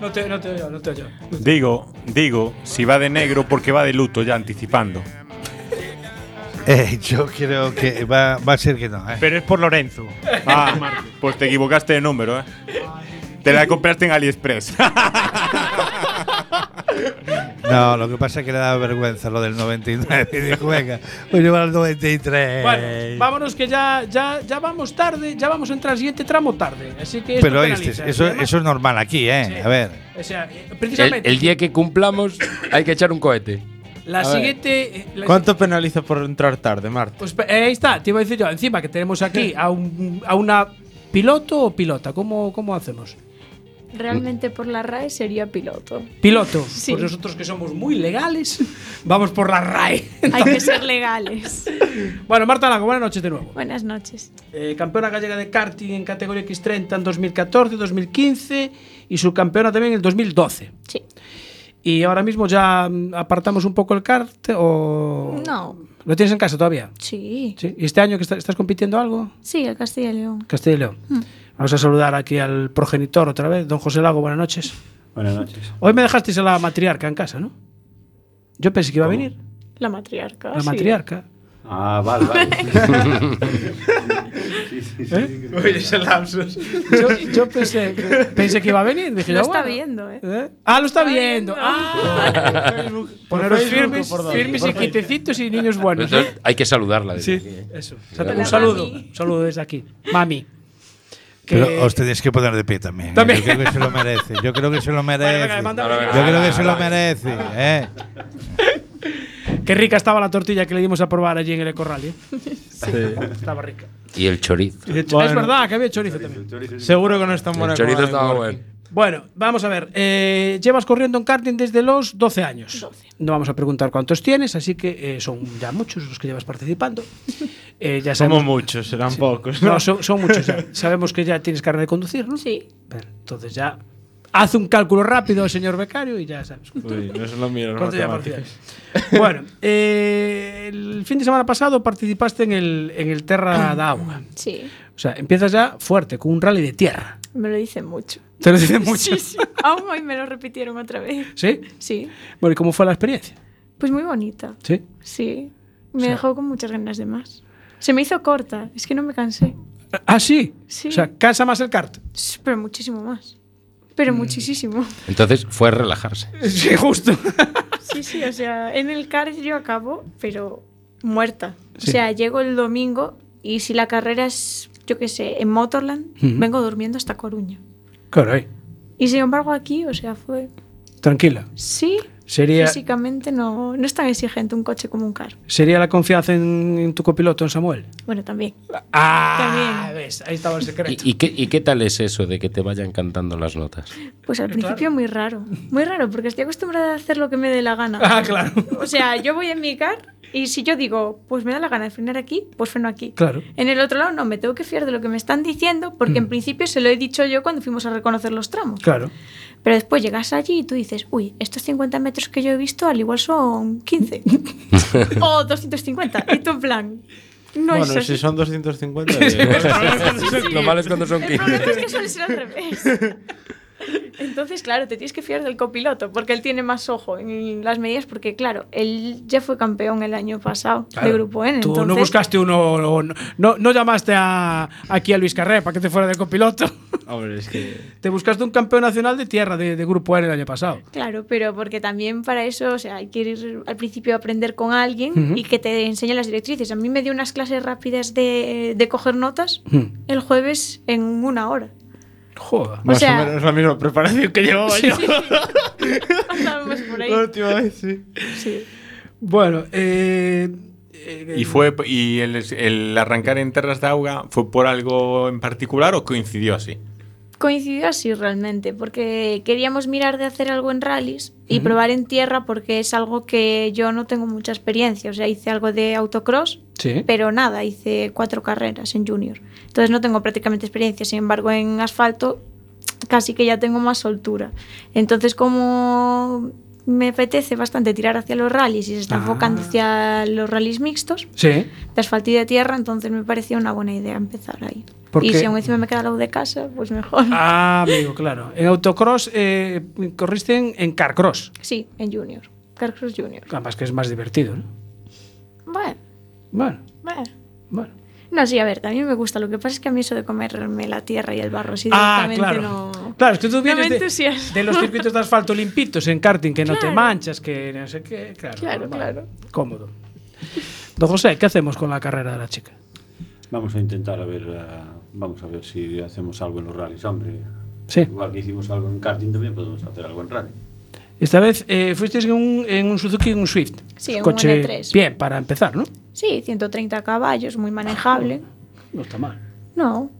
Speaker 1: No te, no te oigo, no te oigo.
Speaker 3: Digo, digo, si va de negro porque va de luto ya anticipando.
Speaker 5: Eh, yo creo que va, va a ser que no. eh.
Speaker 11: Pero es por Lorenzo.
Speaker 3: Ah, pues te equivocaste de número, ¿eh? Te la compraste en AliExpress.
Speaker 5: No, lo que pasa es que le da vergüenza lo del 99. Y dijo, venga, pues voy a llevar al 93.
Speaker 1: Bueno, vámonos que ya, ya, ya vamos tarde, ya vamos a entrar al siguiente tramo tarde. Así que esto
Speaker 5: Pero
Speaker 1: penaliza. ¿eh?
Speaker 5: oíste, eso, eso es normal aquí, ¿eh? A ver.
Speaker 1: O sea, eh,
Speaker 6: El,
Speaker 1: precisamente
Speaker 6: el día que cumplamos hay que echar un cohete.
Speaker 1: la
Speaker 11: a ver.
Speaker 1: siguiente. eh, la-
Speaker 11: ¿Cuánto penaliza por entrar tarde, Marta?
Speaker 1: Pues eh, ahí está, te iba a decir yo, encima que tenemos aquí a, un, a una piloto o pilota, ¿cómo, cómo hacemos?
Speaker 12: Realmente por la RAE sería piloto.
Speaker 1: Piloto,
Speaker 12: Sí.
Speaker 1: pues nosotros que somos muy legales, vamos por la RAE.
Speaker 12: Hay que ser legales.
Speaker 1: Bueno, Marta Lago, buenas noches de nuevo.
Speaker 12: Buenas noches.
Speaker 1: Eh, campeona gallega de karting en categoría X30 en 2014, 2015 y subcampeona también en el 2012.
Speaker 12: Sí.
Speaker 1: Y ahora mismo ya mm, apartamos un poco el kart o...
Speaker 12: No.
Speaker 1: ¿Lo tienes en casa todavía?
Speaker 12: Sí.
Speaker 1: ¿Sí? ¿Y este año que está- estás compitiendo algo?
Speaker 12: Sí, el Castilla y León. Hmm.
Speaker 1: Castilla y León. Vamos a saludar aquí al progenitor otra vez, don José Lago, buenas noches.
Speaker 13: Buenas noches.
Speaker 1: Hoy me dejasteis a la matriarca en casa, ¿no? Yo pensé que iba a venir,
Speaker 12: La matriarca.
Speaker 1: la
Speaker 12: sí.
Speaker 1: matriarca.
Speaker 13: Ah, vale, vale. sí, sí, sí.
Speaker 1: ¿Eh? Yo, yo pensé, pensé que iba a venir. Dije,
Speaker 12: Lo
Speaker 1: yo,
Speaker 12: está
Speaker 1: bueno.
Speaker 12: viendo, ¿eh?
Speaker 1: Ah, lo está viendo. Ah. Poneros
Speaker 12: Facebook,
Speaker 1: firmes,
Speaker 12: ¿por dónde?
Speaker 1: firmes
Speaker 12: ¿Por
Speaker 1: y
Speaker 12: Facebook?
Speaker 1: quietecitos y niños buenos. ¿eh?
Speaker 14: Entonces, pues, hay que saludarla. desde
Speaker 1: Sí,
Speaker 14: aquí, ¿eh?
Speaker 1: eso.
Speaker 14: Hola,
Speaker 1: un saludo. Un saludo desde aquí. Mami. Que-
Speaker 5: Pero os tenéis que poner de pie también. ¿eh?
Speaker 1: También.
Speaker 5: Yo creo que se lo merece. Yo creo que se lo merece.
Speaker 1: mándame. Ahora,
Speaker 5: Yo
Speaker 1: venga,
Speaker 5: creo
Speaker 1: ahora,
Speaker 5: que se lo
Speaker 1: ahora.
Speaker 5: merece. ¿eh?
Speaker 1: Qué rica estaba la tortilla que le dimos a probar allí en el Ecorral. ¿eh? Estaba rica.
Speaker 14: Y el chorizo.
Speaker 1: es verdad que había chorizo, también.
Speaker 11: Seguro que no es tan buena
Speaker 14: El chorizo
Speaker 11: como la de
Speaker 14: estaba
Speaker 11: Gorky.
Speaker 14: bueno.
Speaker 1: Bueno, vamos a ver. eh, llevas corriendo en karting desde los 12 años. No vamos a preguntar cuántos tienes, así que eh, son ya muchos los que llevas participando. Eh, ya
Speaker 11: Somos
Speaker 1: sabemos-
Speaker 11: muchos, serán
Speaker 1: Sí.
Speaker 11: pocos.
Speaker 1: No, son, son muchos ya. Sabemos que ya tienes carne de conducir, ¿no?
Speaker 12: Sí.
Speaker 1: entonces ya. Haz un cálculo rápido, señor becario, y ya sabes.
Speaker 11: Uy, no se lo miro, no
Speaker 1: ¿Cuánto ya
Speaker 11: matemáticas.
Speaker 1: Bueno, eh, el fin de semana pasado participaste en el, en el Terra da Agua.
Speaker 12: Sí,
Speaker 1: O sea, empiezas ya fuerte, con un rally de tierra.
Speaker 12: me lo dicen mucho.
Speaker 1: Te lo dicen mucho.
Speaker 12: Sí, sí. Aún hoy me lo repitieron otra vez.
Speaker 1: ¿Sí?
Speaker 12: Sí.
Speaker 1: Bueno, ¿y cómo fue la experiencia?
Speaker 12: Pues muy bonita.
Speaker 1: ¿Sí?
Speaker 12: Sí. Me dejó con muchas ganas de más. Se me hizo corta, es que no me cansé.
Speaker 1: Ah, sí.
Speaker 12: Sí.
Speaker 1: O sea, cansa más el kart.
Speaker 12: Sí, Pero muchísimo más. Pero
Speaker 1: Mm.
Speaker 12: muchísimo.
Speaker 14: Entonces fue a relajarse.
Speaker 1: Sí, justo.
Speaker 12: Sí, sí, o sea, en el CAR yo acabo, pero muerta.
Speaker 7: Sí.
Speaker 12: O sea, llego el domingo y si la carrera es, yo qué sé, en Motorland,
Speaker 1: Ujú.
Speaker 12: vengo durmiendo hasta Coruña.
Speaker 1: Caray,
Speaker 12: Y sin embargo aquí, o sea, fue...
Speaker 1: tranquila.
Speaker 12: Sí,
Speaker 1: Sería-
Speaker 12: físicamente no, no es tan exigente un coche como un CAR.
Speaker 1: ¿Sería la confianza en, en tu copiloto, en Samuel?
Speaker 12: Bueno, también. Eh,
Speaker 1: Ah, ves, ahí estaba el secreto.
Speaker 14: ¿Y, y qué, ¿Y qué tal es eso de que te vayan cantando las notas?
Speaker 12: Pues al principio muy raro. Muy raro, porque estoy acostumbrada a hacer lo que me dé la gana.
Speaker 1: Ah, claro.
Speaker 12: O sea, yo voy en mi car y si yo digo, pues me da la gana de frenar aquí, pues freno aquí.
Speaker 1: Claro.
Speaker 12: En el otro lado no, me tengo que fiar de lo que me están diciendo, porque en principio se lo he dicho yo cuando fuimos a reconocer los tramos.
Speaker 1: Mm. Claro.
Speaker 12: Pero después llegas allí y tú dices, uy, estos 50 metros que yo he visto al igual son 15 o 250. Y tú en plan, no es
Speaker 11: bueno,
Speaker 12: así.
Speaker 11: si son 250.
Speaker 14: Lo malo es cuando son
Speaker 12: El problema
Speaker 14: 15.
Speaker 12: es que suele ser al revés. Entonces, claro, te tienes que fiar del copiloto, porque él tiene más ojo en las medidas, porque claro, él ya fue campeón el año pasado de
Speaker 1: Claro.
Speaker 12: Grupo N.
Speaker 1: Tú no
Speaker 12: entonces-
Speaker 1: buscaste uno, no, no- no llamaste a, aquí a Luis Carré para que te fuera de copiloto.
Speaker 11: Hombre, es que.
Speaker 1: Te buscaste un campeón nacional de tierra de, de Grupo N el año pasado.
Speaker 12: Claro, pero porque también para eso, o sea, hay que ir al principio a aprender con alguien
Speaker 1: Ujú.
Speaker 12: y que te enseñe las directrices. A mí me dio unas clases rápidas de, de coger notas
Speaker 1: Hmm.
Speaker 12: el jueves en una hora.
Speaker 1: Joder.
Speaker 12: O sea-
Speaker 11: Más o menos la misma preparación que llevaba yo.
Speaker 12: Andábamos por ahí.
Speaker 11: La última vez, sí.
Speaker 12: Sí.
Speaker 1: Bueno, eh,
Speaker 3: ¿Y, fue, y el, el arrancar en Terras de Auga fue por algo en particular o coincidió así?
Speaker 12: Coincidió así realmente, porque queríamos mirar de hacer algo en rallies y
Speaker 3: Ujú.
Speaker 12: probar en tierra porque es algo que yo no tengo mucha experiencia. O sea, hice algo de autocross,
Speaker 1: Sí.
Speaker 12: pero nada, hice cuatro carreras en junior. Entonces no tengo prácticamente experiencia. Sin embargo, en asfalto casi que ya tengo más soltura. Entonces, como me apetece bastante tirar hacia los rallies y se está
Speaker 1: Ah.
Speaker 12: enfocando hacia los rallies mixtos,
Speaker 1: Sí.
Speaker 12: de asfalto y de tierra, entonces me parecía una buena idea empezar ahí.
Speaker 1: ¿Por
Speaker 12: Y
Speaker 1: qué?
Speaker 12: si aún encima me queda al lado de casa, pues mejor.
Speaker 1: Ah, amigo, claro. En autocross eh, corriste en, en carcross.
Speaker 12: Sí, en Junior. Carcross Junior.
Speaker 1: Además que es más divertido, ¿no?
Speaker 12: Bueno,
Speaker 1: Bueno,
Speaker 12: bueno.
Speaker 1: Bueno.
Speaker 12: No, sí, a ver, también me gusta. Lo que pasa es que a mí eso de comerme la tierra y el barro así
Speaker 1: Ah,
Speaker 12: directamente
Speaker 1: claro.
Speaker 12: no...
Speaker 1: Claro, es que tú
Speaker 12: No
Speaker 1: vienes
Speaker 12: me
Speaker 1: de,
Speaker 12: entusiasma.
Speaker 1: de los circuitos de asfalto limpitos en karting, que no te
Speaker 12: Claro.
Speaker 1: manchas, que no sé qué. Claro,
Speaker 12: Claro,
Speaker 1: normal.
Speaker 12: claro.
Speaker 1: Cómodo. Don José, ¿qué hacemos con la carrera de la chica?
Speaker 13: Vamos a intentar a ver, eh, vamos a ver si hacemos algo en los rallies, hombre.
Speaker 1: Sí.
Speaker 13: Igual que hicimos algo en karting, también podemos hacer algo en rally.
Speaker 1: Esta vez eh, fuisteis en un, en un Suzuki y un Swift.
Speaker 12: Sí, en un
Speaker 1: coche
Speaker 12: N3.
Speaker 1: bien para empezar, ¿no?
Speaker 12: Sí, 130 caballos, muy manejable.
Speaker 1: No está mal.
Speaker 12: No.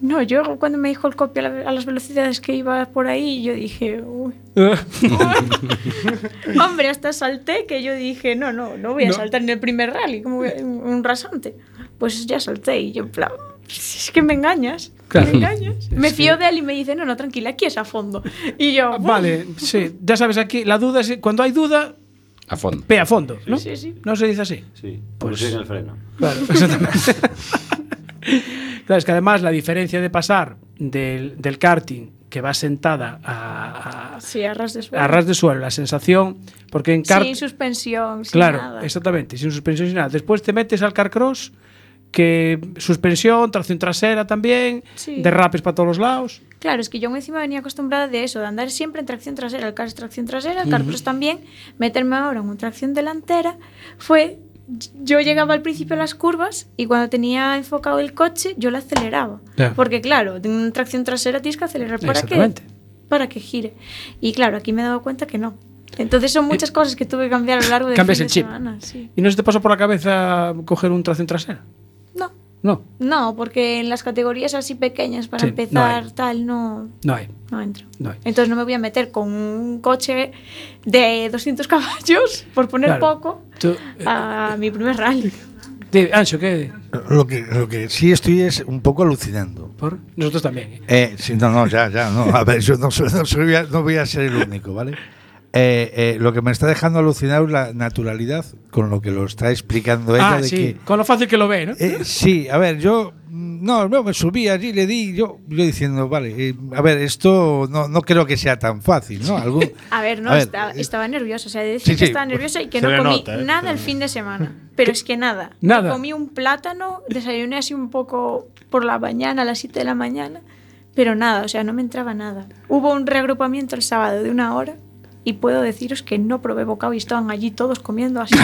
Speaker 12: No, yo cuando me dijo el copia la- a las velocidades que iba por ahí, yo dije, uy. Hombre, hasta salté que yo dije, no, no, no voy a
Speaker 7: No.
Speaker 12: saltar en el primer rally, como voy a- un un rasante. Pues ya salté y yo, en plan, si es que me engañas,
Speaker 1: Claro.
Speaker 12: me engañas. Me fío de él y me dice, no, no, tranquila, aquí es a fondo. Y yo, "Buah".
Speaker 1: Vale, sí. Ya sabes, aquí la duda es. Cuando hay duda,
Speaker 14: A fondo.
Speaker 1: pe a fondo, ¿no?
Speaker 12: Sí, sí.
Speaker 1: No se dice así.
Speaker 13: Sí,
Speaker 1: Pues-
Speaker 13: pues en el freno.
Speaker 1: Claro, exactamente. Claro, es que además la diferencia de pasar del, del karting que va sentada a, a-
Speaker 12: "Ah, Sí, a ras de suelo.
Speaker 1: a ras de suelo, la sensación, porque en karting...
Speaker 12: Sin suspensión, sin
Speaker 1: Claro,
Speaker 12: nada.
Speaker 1: exactamente, sin suspensión, sin nada. Después te metes al carcross, que suspensión, tracción trasera también,
Speaker 12: Sí.
Speaker 1: derrapes para todos los lados.
Speaker 12: Claro, es que yo encima venía acostumbrada de eso, de andar siempre en tracción trasera, el car es tracción trasera, el
Speaker 1: Ujú.
Speaker 12: carcross también, meterme ahora en una tracción delantera, fue, yo llegaba al principio a las curvas y cuando tenía enfocado el coche, yo la aceleraba.
Speaker 1: Ya.
Speaker 12: Porque claro, en tracción trasera tienes que acelerar para que,
Speaker 1: Exactamente.
Speaker 12: para que gire. Y claro, aquí me he dado cuenta que no. Entonces son muchas cosas que tuve que cambiar a lo largo de
Speaker 1: Eh, Cambias el
Speaker 12: de
Speaker 1: chip.
Speaker 12: semana. sí.
Speaker 1: ¿Y no se te pasó por la cabeza coger un tracción trasera?
Speaker 12: No.
Speaker 1: No,
Speaker 12: No, porque en las categorías así pequeñas, para
Speaker 1: Sí, no
Speaker 12: empezar,
Speaker 1: hay.
Speaker 12: tal, no,
Speaker 1: no hay.
Speaker 12: no entro.
Speaker 1: No hay.
Speaker 12: Entonces no me voy a meter con un coche de 200 caballos, por poner
Speaker 1: Claro.
Speaker 12: poco,
Speaker 1: Tú- eh,
Speaker 12: a mi primer rally.
Speaker 1: Di, Ancho, ¿qué?
Speaker 5: Lo que, lo que sí estoy es un poco alucinando.
Speaker 1: ¿Por? Nosotros también. ¿eh?
Speaker 5: Eh, sí, no, no, ya, ya, no. A ver, yo no, soy- no soy- no voy a ser el único, ¿vale? Eh, eh, lo que me está dejando alucinar es la naturalidad con lo que lo está explicando ella.
Speaker 1: ah,
Speaker 5: Pues de
Speaker 1: sí,
Speaker 5: que,
Speaker 1: con lo fácil que lo ve, ¿no?
Speaker 5: Eh, sí, a ver, yo mm, no, no, me subí allí, le di, yo, yo diciendo, vale, eh, a ver, esto no, no creo que sea tan fácil, ¿no? Algún-
Speaker 12: A ver, no,
Speaker 5: A ver,
Speaker 12: esta-
Speaker 5: eh,
Speaker 12: estaba nerviosa. O sea, de decir
Speaker 5: sí,
Speaker 12: que
Speaker 5: sí,
Speaker 12: estaba
Speaker 5: pues,
Speaker 12: nerviosa y que
Speaker 5: se
Speaker 12: no
Speaker 5: le
Speaker 12: comí
Speaker 5: nota, ¿eh?
Speaker 12: nada el fin de semana. Pero es que nada.
Speaker 1: Nada.
Speaker 12: Comí un plátano, desayuné así un poco por la mañana, a las 7 de la mañana, pero nada, o sea, no me entraba nada. Hubo un reagrupamiento el sábado de una hora y puedo deciros que no probé bocado y estaban allí todos comiendo así.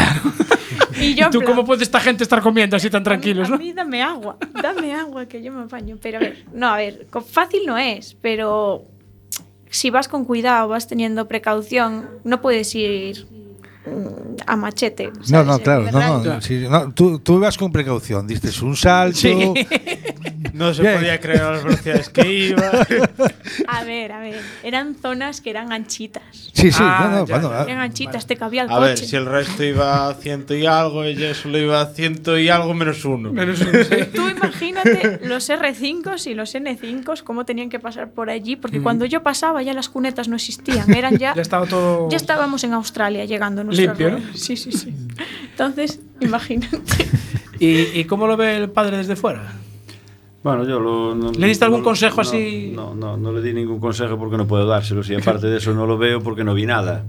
Speaker 12: y yo en
Speaker 1: ¿Tú
Speaker 12: plan,
Speaker 1: cómo puede esta gente estar comiendo así tan tranquilos,
Speaker 12: a
Speaker 1: no?
Speaker 12: mí dame agua, dame agua que yo me apaño. Pero a ver, no, a ver, co- fácil no es, pero si vas con cuidado, vas teniendo precaución, no puedes ir mm, a machete.
Speaker 5: No,
Speaker 12: ¿sabes?
Speaker 5: no, claro,
Speaker 12: En
Speaker 5: no,
Speaker 12: verdad.
Speaker 5: no, sí, no, tú, tú ibas con precaución, diste un salto.
Speaker 12: Sí.
Speaker 5: No
Speaker 11: se podía creer a las velocidades que iba.
Speaker 12: A ver, a ver, eran zonas que eran anchitas.
Speaker 5: Sí, sí, no,
Speaker 1: Ah,
Speaker 5: no, bueno,
Speaker 12: eran anchitas, te cabía el
Speaker 11: A
Speaker 12: coche.
Speaker 11: ver, si el resto iba a ciento y algo, ella solo iba a ciento y algo menos uno. Menos uno,
Speaker 12: Tú imagínate los R5s y los N5s, cómo tenían que pasar por allí, porque
Speaker 1: Mm.
Speaker 12: cuando yo pasaba ya las cunetas no existían, eran ya...
Speaker 1: Ya estaba todo.
Speaker 12: Ya estábamos en Australia llegando a nuestro
Speaker 1: Limpio,
Speaker 12: rol.
Speaker 1: ¿no?
Speaker 12: Sí, sí, sí. Entonces, imagínate.
Speaker 1: ¿Y, y cómo lo ve el padre desde fuera?
Speaker 13: Bueno, yo lo- no-
Speaker 1: ¿Le diste algún
Speaker 13: no-
Speaker 1: consejo
Speaker 13: no-
Speaker 1: así?
Speaker 13: No, no, no le di ningún consejo porque no puedo dárselo. Y aparte de eso no lo veo porque no vi nada.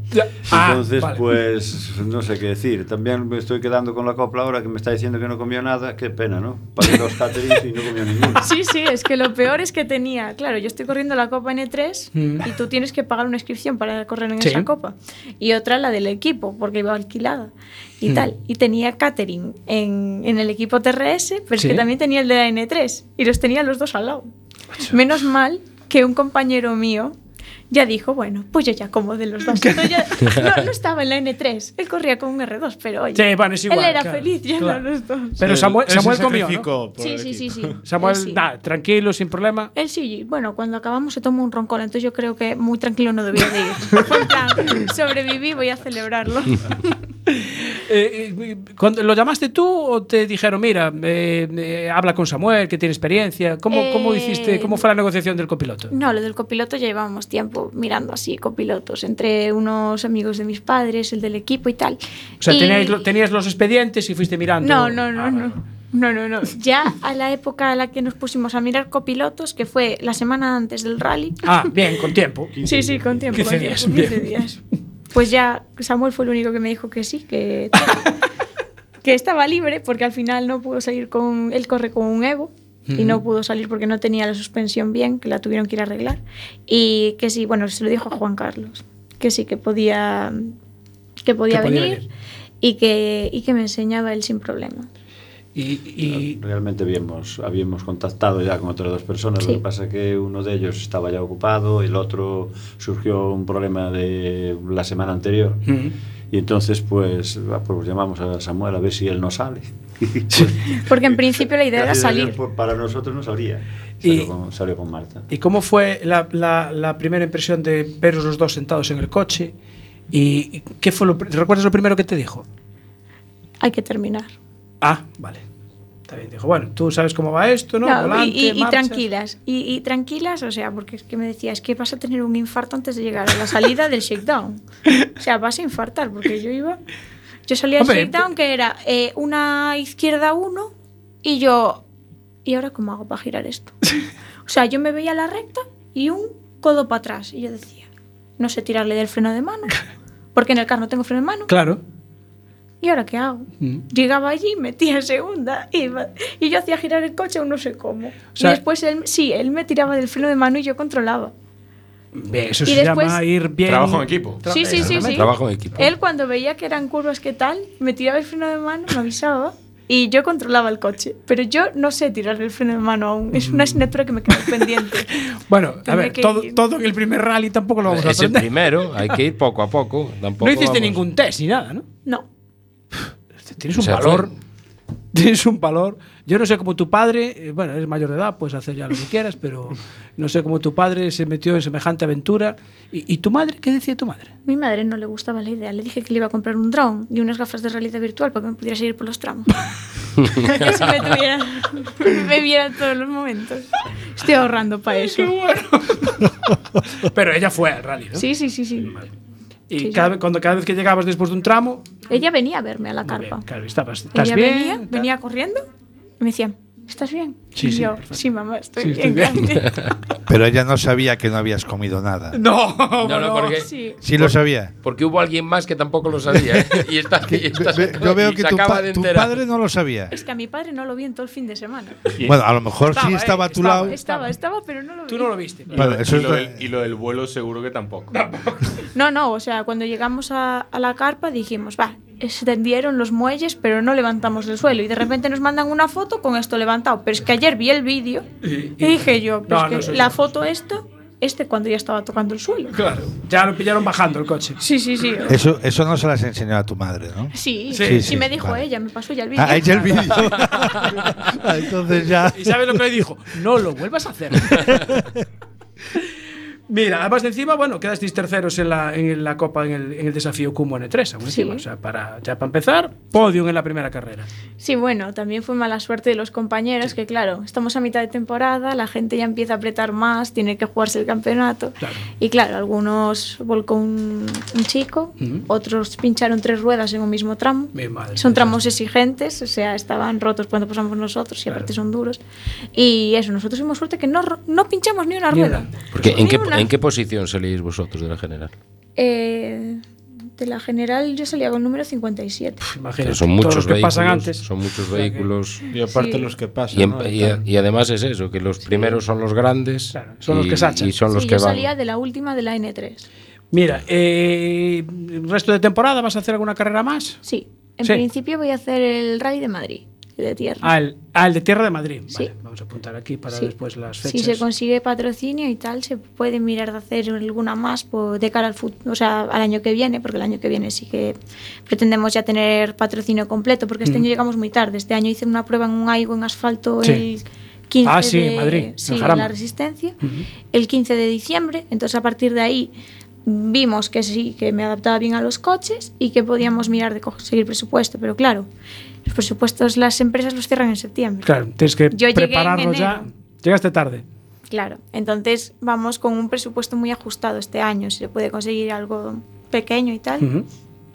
Speaker 1: Ah,
Speaker 13: Entonces,
Speaker 1: vale.
Speaker 13: pues no sé qué decir. También me estoy quedando con la copla ahora que me está diciendo que no comió nada. Qué pena, ¿no? Para los caterings y no comió ninguno.
Speaker 12: Sí, sí, es que lo peor es que tenía. Claro, yo estoy corriendo la Copa N3
Speaker 13: Mm.
Speaker 12: y tú tienes que pagar una inscripción para correr en
Speaker 13: Sí.
Speaker 12: esa Copa. Y otra la del equipo, porque iba alquilada y
Speaker 13: Mm.
Speaker 12: tal. Y tenía catering en, en el equipo TRS, pero
Speaker 1: Sí.
Speaker 12: es que también tenía el de la N3 y los tenía los dos al lado. Menos mal que un compañero mío. Ya dijo, bueno, pues yo ya como de los dos. Entonces ya- no, no estaba en la N3, él corría con un R2, pero oye,
Speaker 1: Sí, bueno, es igual,
Speaker 12: él era
Speaker 1: claro,
Speaker 12: feliz ya
Speaker 1: claro.
Speaker 12: en los dos.
Speaker 1: Pero
Speaker 11: Sí,
Speaker 1: Samuel,
Speaker 11: él se
Speaker 1: Samuel comió.
Speaker 11: sacrificó
Speaker 1: ¿no?
Speaker 11: por el
Speaker 12: Sí, sí, equipo. sí, sí.
Speaker 1: Samuel,
Speaker 12: Él sí.
Speaker 1: nada, tranquilo, sin problema.
Speaker 12: Él sí, bueno, cuando acabamos se tomó un roncón, entonces yo creo que muy tranquilo no debía de ir. Fue en plan, sobreviví, voy a celebrarlo.
Speaker 1: Eh, eh, cuando- ¿Lo llamaste tú o te dijeron, mira, eh, eh, habla con Samuel, que tiene experiencia? ¿Cómo, cómo
Speaker 12: Eh,
Speaker 1: hiciste, cómo fue la negociación del copiloto?
Speaker 12: No, lo del copiloto ya llevábamos tiempo mirando así copilotos, entre unos amigos de mis padres, el del equipo y tal.
Speaker 1: O sea,
Speaker 12: Y-
Speaker 1: teníais lo- tenías los Ah, expedientes y fuiste mirando.
Speaker 12: No, no, no, no. No, no, no. Ya a la época a la que nos pusimos a mirar copilotos, que fue la semana antes del rally.
Speaker 1: Ah, bien, con tiempo.
Speaker 12: Sí, sí, con tiempo.
Speaker 1: 15
Speaker 12: con tiempo,
Speaker 1: días,
Speaker 12: 15
Speaker 1: bien.
Speaker 12: días. Pues ya Samuel fue el único que me dijo que sí, que, que estaba libre, porque al final no pudo salir con. Él corre con un Evo y no
Speaker 1: Ujú.
Speaker 12: pudo salir porque no tenía la suspensión bien, que la tuvieron que ir a arreglar. Y que sí, bueno, se lo dijo a Juan Carlos, que sí, que podía, que podía,
Speaker 13: podía
Speaker 12: venir, Y, que, y que me enseñaba él sin problema.
Speaker 13: Realmente habíamos, habíamos contactado ya con otras dos personas.
Speaker 12: Sí.
Speaker 13: Lo que pasa que uno de ellos estaba ya ocupado, el otro surgió un problema de la semana anterior.
Speaker 1: Mm.
Speaker 13: Y entonces, pues, va, pues llamamos a Samuel a ver si él no sale.
Speaker 12: Porque en principio la idea era
Speaker 13: Gracias a Dios,
Speaker 12: salir.
Speaker 13: por- Para nosotros no sabría. Salió, con, salió con Marta.
Speaker 1: ¿Y cómo fue la, la- la primera impresión de veros los dos sentados en el coche? ¿Y qué fue lo, pr- recuerdas lo primero que te dijo?
Speaker 12: Hay que terminar.
Speaker 1: Ah, vale. Está bien, dijo, bueno, tú sabes cómo va esto, ¿no?
Speaker 12: No,
Speaker 1: Volante,
Speaker 12: y, y- y
Speaker 1: marchas.
Speaker 12: tranquilas, y, y tranquilas, o sea, porque es que me decía, es que vas a tener un infarto antes de llegar a la salida del shakedown. O sea, vas a infartar, porque yo iba. Yo salía del
Speaker 1: Hombre,
Speaker 12: shakedown que era eh, una izquierda 1 y yo ¿y ahora cómo hago para girar esto? o sea, yo me veía la recta y un codo para atrás. Y yo decía, no sé tirarle del freno de mano, porque en el carro no tengo freno de mano.
Speaker 1: Claro.
Speaker 12: ¿Y ahora qué hago?
Speaker 14: Mm.
Speaker 12: Llegaba allí, metía segunda iba- y yo hacía girar el coche o no sé cómo.
Speaker 1: sea-
Speaker 12: y después él, sí, él me tiraba del freno de mano y yo controlaba.
Speaker 1: Eso
Speaker 12: Y
Speaker 1: se
Speaker 12: después-
Speaker 1: llama ir bien.
Speaker 3: Trabajo en equipo.
Speaker 1: Tra- eh,
Speaker 12: Sí, sí, sí,
Speaker 1: Exactamente.
Speaker 12: sí. Él cuando veía que eran curvas que tal, me tiraba el freno de mano, me avisaba y yo controlaba el coche. Pero yo no sé tirar el freno de mano aún. Es una asignatura que me queda pendiente.
Speaker 1: Bueno, a
Speaker 12: Tendré
Speaker 1: ver,
Speaker 12: que
Speaker 1: todo,
Speaker 12: ir.
Speaker 1: todo en el primer rally tampoco lo vamos a
Speaker 14: Es el
Speaker 1: aprender.
Speaker 14: primero, hay que ir poco a poco. Tampoco
Speaker 1: No hiciste
Speaker 14: vamos-
Speaker 1: ningún test ni nada, ¿no?
Speaker 12: No.
Speaker 1: Tienes un
Speaker 14: O sea,
Speaker 1: valor. Tienes un valor. Yo no sé cómo tu padre, eh, bueno, eres mayor de edad, puedes hacer ya lo que quieras, pero no sé cómo tu padre se metió en semejante aventura. ¿Y, y tu madre? ¿Qué decía tu madre?
Speaker 12: Mi madre no le gustaba la idea. Le dije que le iba a comprar un dron y unas gafas de realidad virtual para que me pudiera seguir por los tramos. Que eso me tuviera, me viera en todos los momentos. Estoy ahorrando para eso.
Speaker 1: Pero ella fue al rally, ¿no?
Speaker 12: Sí, sí, sí, sí.
Speaker 1: Y
Speaker 12: sí,
Speaker 1: cada,
Speaker 12: sí.
Speaker 1: vez- cuando, cada vez que llegabas después de un tramo,
Speaker 12: Ella venía a verme a la carpa.
Speaker 1: claro, estabas,
Speaker 12: Ella
Speaker 1: ¿estás bien?
Speaker 12: venía, venía corriendo y me decía, ¿estás bien?
Speaker 5: Sí,
Speaker 12: y
Speaker 5: sí,
Speaker 12: yo,
Speaker 5: perfecto.
Speaker 12: sí, mamá, estoy
Speaker 5: Sí, estoy
Speaker 12: bien.
Speaker 5: bien". Pero ella no sabía que no habías comido nada.
Speaker 1: No,
Speaker 14: no, no, porque
Speaker 12: sí.
Speaker 5: Sí lo sabía.
Speaker 14: Porque hubo alguien más que tampoco lo sabía. ¿eh? Y está, y está-
Speaker 5: Yo veo
Speaker 14: y
Speaker 5: que
Speaker 14: se
Speaker 5: tu,
Speaker 14: acaba
Speaker 5: pa-
Speaker 14: de
Speaker 5: tu
Speaker 14: enterar.
Speaker 5: padre no lo sabía.
Speaker 12: Es que a mi padre no lo vi en todo el fin de semana.
Speaker 5: Bueno, a lo mejor sí
Speaker 12: eh,
Speaker 5: estaba a tu
Speaker 12: estaba,
Speaker 5: lado.
Speaker 12: Estaba, estaba, pero no lo vi.
Speaker 1: Tú no lo viste.
Speaker 3: Y,
Speaker 5: Vale,
Speaker 3: lo,
Speaker 5: eso
Speaker 3: y
Speaker 5: es
Speaker 3: lo
Speaker 5: lo-
Speaker 3: del, y lo del vuelo seguro que tampoco.
Speaker 12: No, no, o sea, cuando llegamos a, a la carpa dijimos, va, se tendieron los muelles, pero no levantamos el suelo. Y de repente nos mandan una foto con esto levantado. Pero es que ayer vi el vídeo y, dije yo, pero
Speaker 1: No,
Speaker 12: es
Speaker 1: no,
Speaker 12: que
Speaker 1: soy
Speaker 12: la
Speaker 1: yo.
Speaker 12: foto esto, este cuando ya estaba tocando el suelo.
Speaker 1: Claro, ya lo pillaron bajando el coche.
Speaker 12: Sí, sí, sí.
Speaker 5: Eso, eso no se las enseñó a tu madre, ¿no?
Speaker 12: Sí,
Speaker 5: Sí,
Speaker 12: sí,
Speaker 5: sí,
Speaker 12: me dijo
Speaker 5: vale.
Speaker 12: ella, me pasó ya el vídeo.
Speaker 5: Ah, ella el vídeo. Ah, Entonces ya.
Speaker 1: ¿Y sabes lo que le dijo? No lo vuelvas a hacer. Mira, además de encima, bueno, quedasteis terceros en la, en la Copa, en el, en el desafío Cumo N3, aún
Speaker 12: Sí.
Speaker 1: encima. O sea, para, ya para empezar, podium en la primera carrera.
Speaker 12: Sí, bueno, también fue mala suerte de los compañeros, que claro, estamos a mitad de temporada, la gente ya empieza a apretar más, tiene que jugarse el campeonato. Y claro, algunos volcó un, un chico,
Speaker 1: Ujú.
Speaker 12: otros pincharon tres ruedas en un mismo tramo.
Speaker 1: Mi madre.
Speaker 12: Son tramos exigentes, o sea, estaban rotos cuando pasamos nosotros y aparte son duros. Y eso, nosotros tuvimos suerte que no, ro- no pinchamos ni una rueda.
Speaker 14: Porque, ¿en,
Speaker 12: Ni
Speaker 14: qué,
Speaker 12: una.
Speaker 14: ¿En qué posición salís vosotros de la general?
Speaker 12: Eh, de la general yo salía con el número 57.
Speaker 14: Que son muchos
Speaker 1: los que
Speaker 14: vehículos,
Speaker 1: pasan antes.
Speaker 14: Son muchos
Speaker 1: O sea que-
Speaker 14: vehículos.
Speaker 11: Y aparte Sí. los que pasan,
Speaker 14: Y, em- en-
Speaker 11: ¿no?
Speaker 14: y a- y además es eso, que los primeros son los grandes.
Speaker 1: son los
Speaker 14: y-
Speaker 1: que sachan.
Speaker 14: Y son los
Speaker 12: sí,
Speaker 14: que
Speaker 12: yo
Speaker 14: van.
Speaker 12: salía de la última de la N3.
Speaker 1: Mira, eh, ¿el resto de temporada vas a hacer alguna carrera más?
Speaker 12: Sí, en
Speaker 1: Sí.
Speaker 12: principio voy a hacer el Rally de Madrid, el de tierra.
Speaker 1: Al, al de Tierra de Madrid.
Speaker 12: Sí.
Speaker 1: Vale, vamos a apuntar aquí para
Speaker 12: Sí.
Speaker 1: después las
Speaker 12: si
Speaker 1: fechas.
Speaker 12: se consigue patrocinio y tal, se puede mirar de hacer alguna más po- de cara al fut- o sea, al año que viene, porque el año que viene sí que pretendemos ya tener patrocinio completo, porque este
Speaker 1: Mm.
Speaker 12: año llegamos muy tarde. Este año hice una prueba en un AIGO en asfalto
Speaker 1: Sí.
Speaker 12: el 15
Speaker 1: Ah, sí,
Speaker 12: de,
Speaker 1: en Madrid, en
Speaker 12: sí,
Speaker 1: Jarama.
Speaker 12: la Resistencia, el 15 de diciembre. Entonces, a partir de ahí vimos que sí, que me adaptaba bien a los coches y que podíamos mirar de conseguir presupuesto, pero claro, los presupuestos las empresas los cierran en septiembre.
Speaker 1: Claro, tienes que
Speaker 12: Yo llegué en
Speaker 1: prepararlo ya.
Speaker 12: enero.
Speaker 1: Llegaste tarde.
Speaker 12: Claro, entonces vamos con un presupuesto muy ajustado este año. Si se puede conseguir algo pequeño y tal,
Speaker 1: Ujú.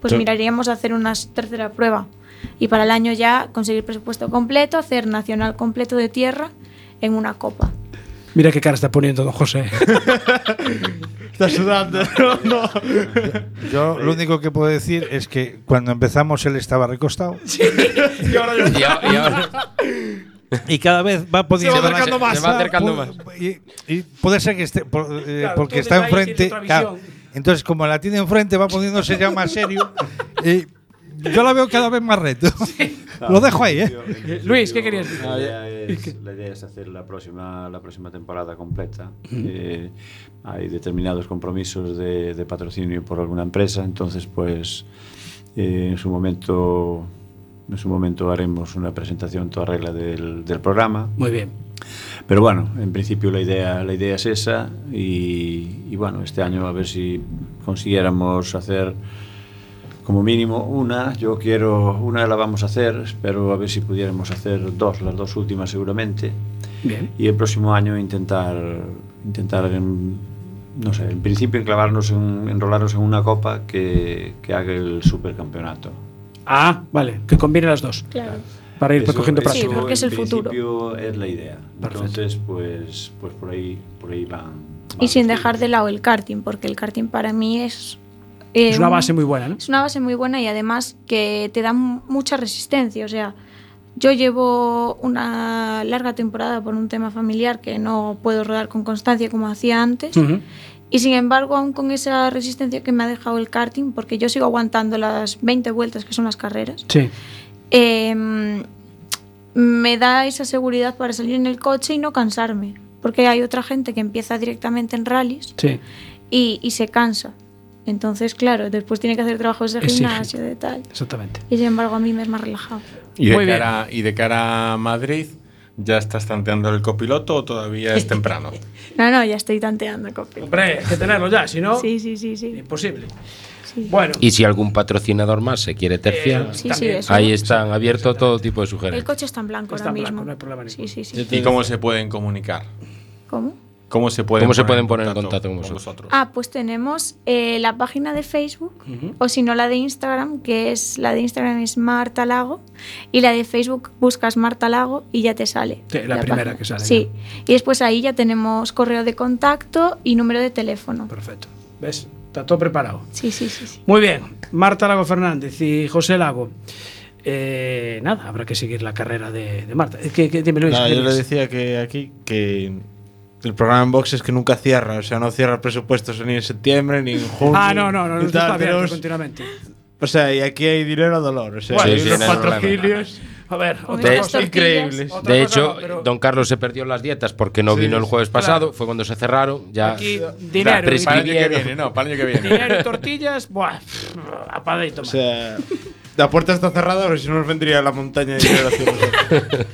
Speaker 12: pues
Speaker 1: Sí.
Speaker 12: miraríamos hacer una s- tercera prueba. Y para el año ya conseguir presupuesto completo, hacer nacional completo de tierra en una copa.
Speaker 1: Mira qué cara está poniendo don José.
Speaker 11: Está sudando. No,
Speaker 5: Yo lo único que puedo decir es que cuando empezamos él estaba recostado.
Speaker 1: y ahora
Speaker 14: Y a- y ahora-
Speaker 5: Y cada vez va poniendo
Speaker 14: Se va acercando más. Se va acercando
Speaker 5: Pu-
Speaker 14: más.
Speaker 5: Y, y puede ser que esté por- eh,
Speaker 1: Claro,
Speaker 5: porque
Speaker 1: tú
Speaker 5: está
Speaker 1: desde ahí
Speaker 5: enfrente.
Speaker 1: tienes otra
Speaker 5: claro. entonces, como la tiene enfrente, va poniéndose ya más serio. y yo la veo cada vez más reto. lo dejo ahí, ¿eh?
Speaker 1: Eh, Luis, ¿qué querías decir?
Speaker 13: La idea es, la idea es hacer la próxima, la próxima temporada completa. Eh, hay determinados compromisos de, de patrocinio por alguna empresa, entonces pues eh, en su momento en su momento haremos una presentación toda regla del, del programa.
Speaker 1: Muy bien.
Speaker 13: Pero bueno, en principio la idea, la idea es esa y, y bueno, este año a ver si consiguiéramos hacer como mínimo una, yo quiero, una la vamos a hacer, espero a ver si pudiéramos hacer dos, las dos últimas seguramente.
Speaker 1: Bien.
Speaker 13: Y el próximo año intentar, intentar en- no sé, en principio enclavarnos, en, enrolarnos en una copa que, que haga el supercampeonato.
Speaker 1: Ah, vale, que combine las dos.
Speaker 12: Claro.
Speaker 1: para ir recogiendo
Speaker 13: eso
Speaker 1: práctica.
Speaker 12: porque es el
Speaker 13: en
Speaker 12: futuro.
Speaker 13: principio es la idea. Entonces, pues, pues por ahí, por ahí van.
Speaker 12: Y sin dejar de lado el karting, porque el karting para mí es... eh,
Speaker 1: Es una base muy buena, ¿no?
Speaker 12: Es una base muy buena y además que te da mu- mucha resistencia. O sea, yo llevo una larga temporada por un tema familiar que no puedo rodar con constancia como hacía antes. Y sin embargo, aún con esa resistencia que me ha dejado el karting, porque yo sigo aguantando las 20 vueltas que son las carreras,
Speaker 1: Sí.
Speaker 12: em, me da esa seguridad para salir en el coche y no cansarme. Porque hay otra gente que empieza directamente en rallies
Speaker 1: Sí.
Speaker 12: y, y se cansa. Entonces, claro, después tiene que hacer trabajos de
Speaker 1: Exige.
Speaker 12: gimnasio, de tal.
Speaker 1: Exactamente.
Speaker 12: Y sin embargo, a mí me es más relajado.
Speaker 3: Y de,
Speaker 12: Muy bien.
Speaker 3: cara, y de cara a Madrid, ¿ya estás tanteando el copiloto o todavía es temprano?
Speaker 12: No, no, ya estoy tanteando, copi.
Speaker 1: Hombre, hay que tenerlo ya, si no,
Speaker 12: Sí, sí, sí, sí.
Speaker 1: imposible. Bueno,
Speaker 14: Y si algún patrocinador más se quiere terciar,
Speaker 12: Sí, sí, también. eso.
Speaker 14: ahí están abiertos todo tipo de
Speaker 12: el
Speaker 14: sugerencias.
Speaker 12: coche está en blanco ahora mismo. sí, sí, sí.
Speaker 3: ¿Y cómo se pueden comunicar?
Speaker 12: ¿Cómo?
Speaker 3: ¿Cómo se pueden,
Speaker 14: ¿Cómo se
Speaker 3: en
Speaker 14: pueden poner en
Speaker 3: contacto con vosotros?
Speaker 12: Ah, pues tenemos eh, la página de Facebook o si no la de Instagram, que es la de Instagram es Marta Lago y la de Facebook buscas Marta Lago y ya te sale.
Speaker 1: Sí, la primera que sale,
Speaker 12: Sí, y después ahí ya tenemos correo de contacto y número de teléfono.
Speaker 1: Perfecto. ¿ves? Está todo preparado.
Speaker 12: Sí, sí, sí. sí.
Speaker 1: Muy bien, Marta Lago Fernández y José Lago. Eh, nada, habrá que seguir la carrera de, de Marta. Es que, que- dime, Luis,
Speaker 11: Nada,
Speaker 1: ¿qué
Speaker 11: yo le
Speaker 1: dices?
Speaker 11: decía que aquí que el programa en box es que nunca cierra, o sea, no cierra presupuestos ni en septiembre ni en junio.
Speaker 1: Ah, no, no, no,
Speaker 11: y
Speaker 1: no
Speaker 11: tal,
Speaker 1: está abierto
Speaker 11: tenemos-
Speaker 1: continuamente.
Speaker 11: o sea, y aquí hay dinero a dolor, o sea,
Speaker 14: Bueno,
Speaker 11: hay
Speaker 14: sí,
Speaker 11: unos
Speaker 14: no, no, no, no, no.
Speaker 11: patrocinios.
Speaker 1: A ver,
Speaker 14: De-
Speaker 1: otra cosa.
Speaker 11: increíbles.
Speaker 1: Otra
Speaker 14: De
Speaker 1: cosa
Speaker 14: hecho,
Speaker 1: no, pero-
Speaker 14: don Carlos se perdió las dietas porque no
Speaker 1: Sí,
Speaker 14: vino el jueves
Speaker 1: claro.
Speaker 14: pasado, fue cuando se cerraron, ya
Speaker 1: Aquí,
Speaker 14: ya
Speaker 1: dinero, ¿eh?
Speaker 14: prescribieron.
Speaker 3: Para el año que viene, no, para el año que viene.
Speaker 1: Dinero y tortillas, buah, apadito.
Speaker 11: O sea, la puerta está cerrada, pero si no nos vendría la montaña de dinero. hacia nosotros.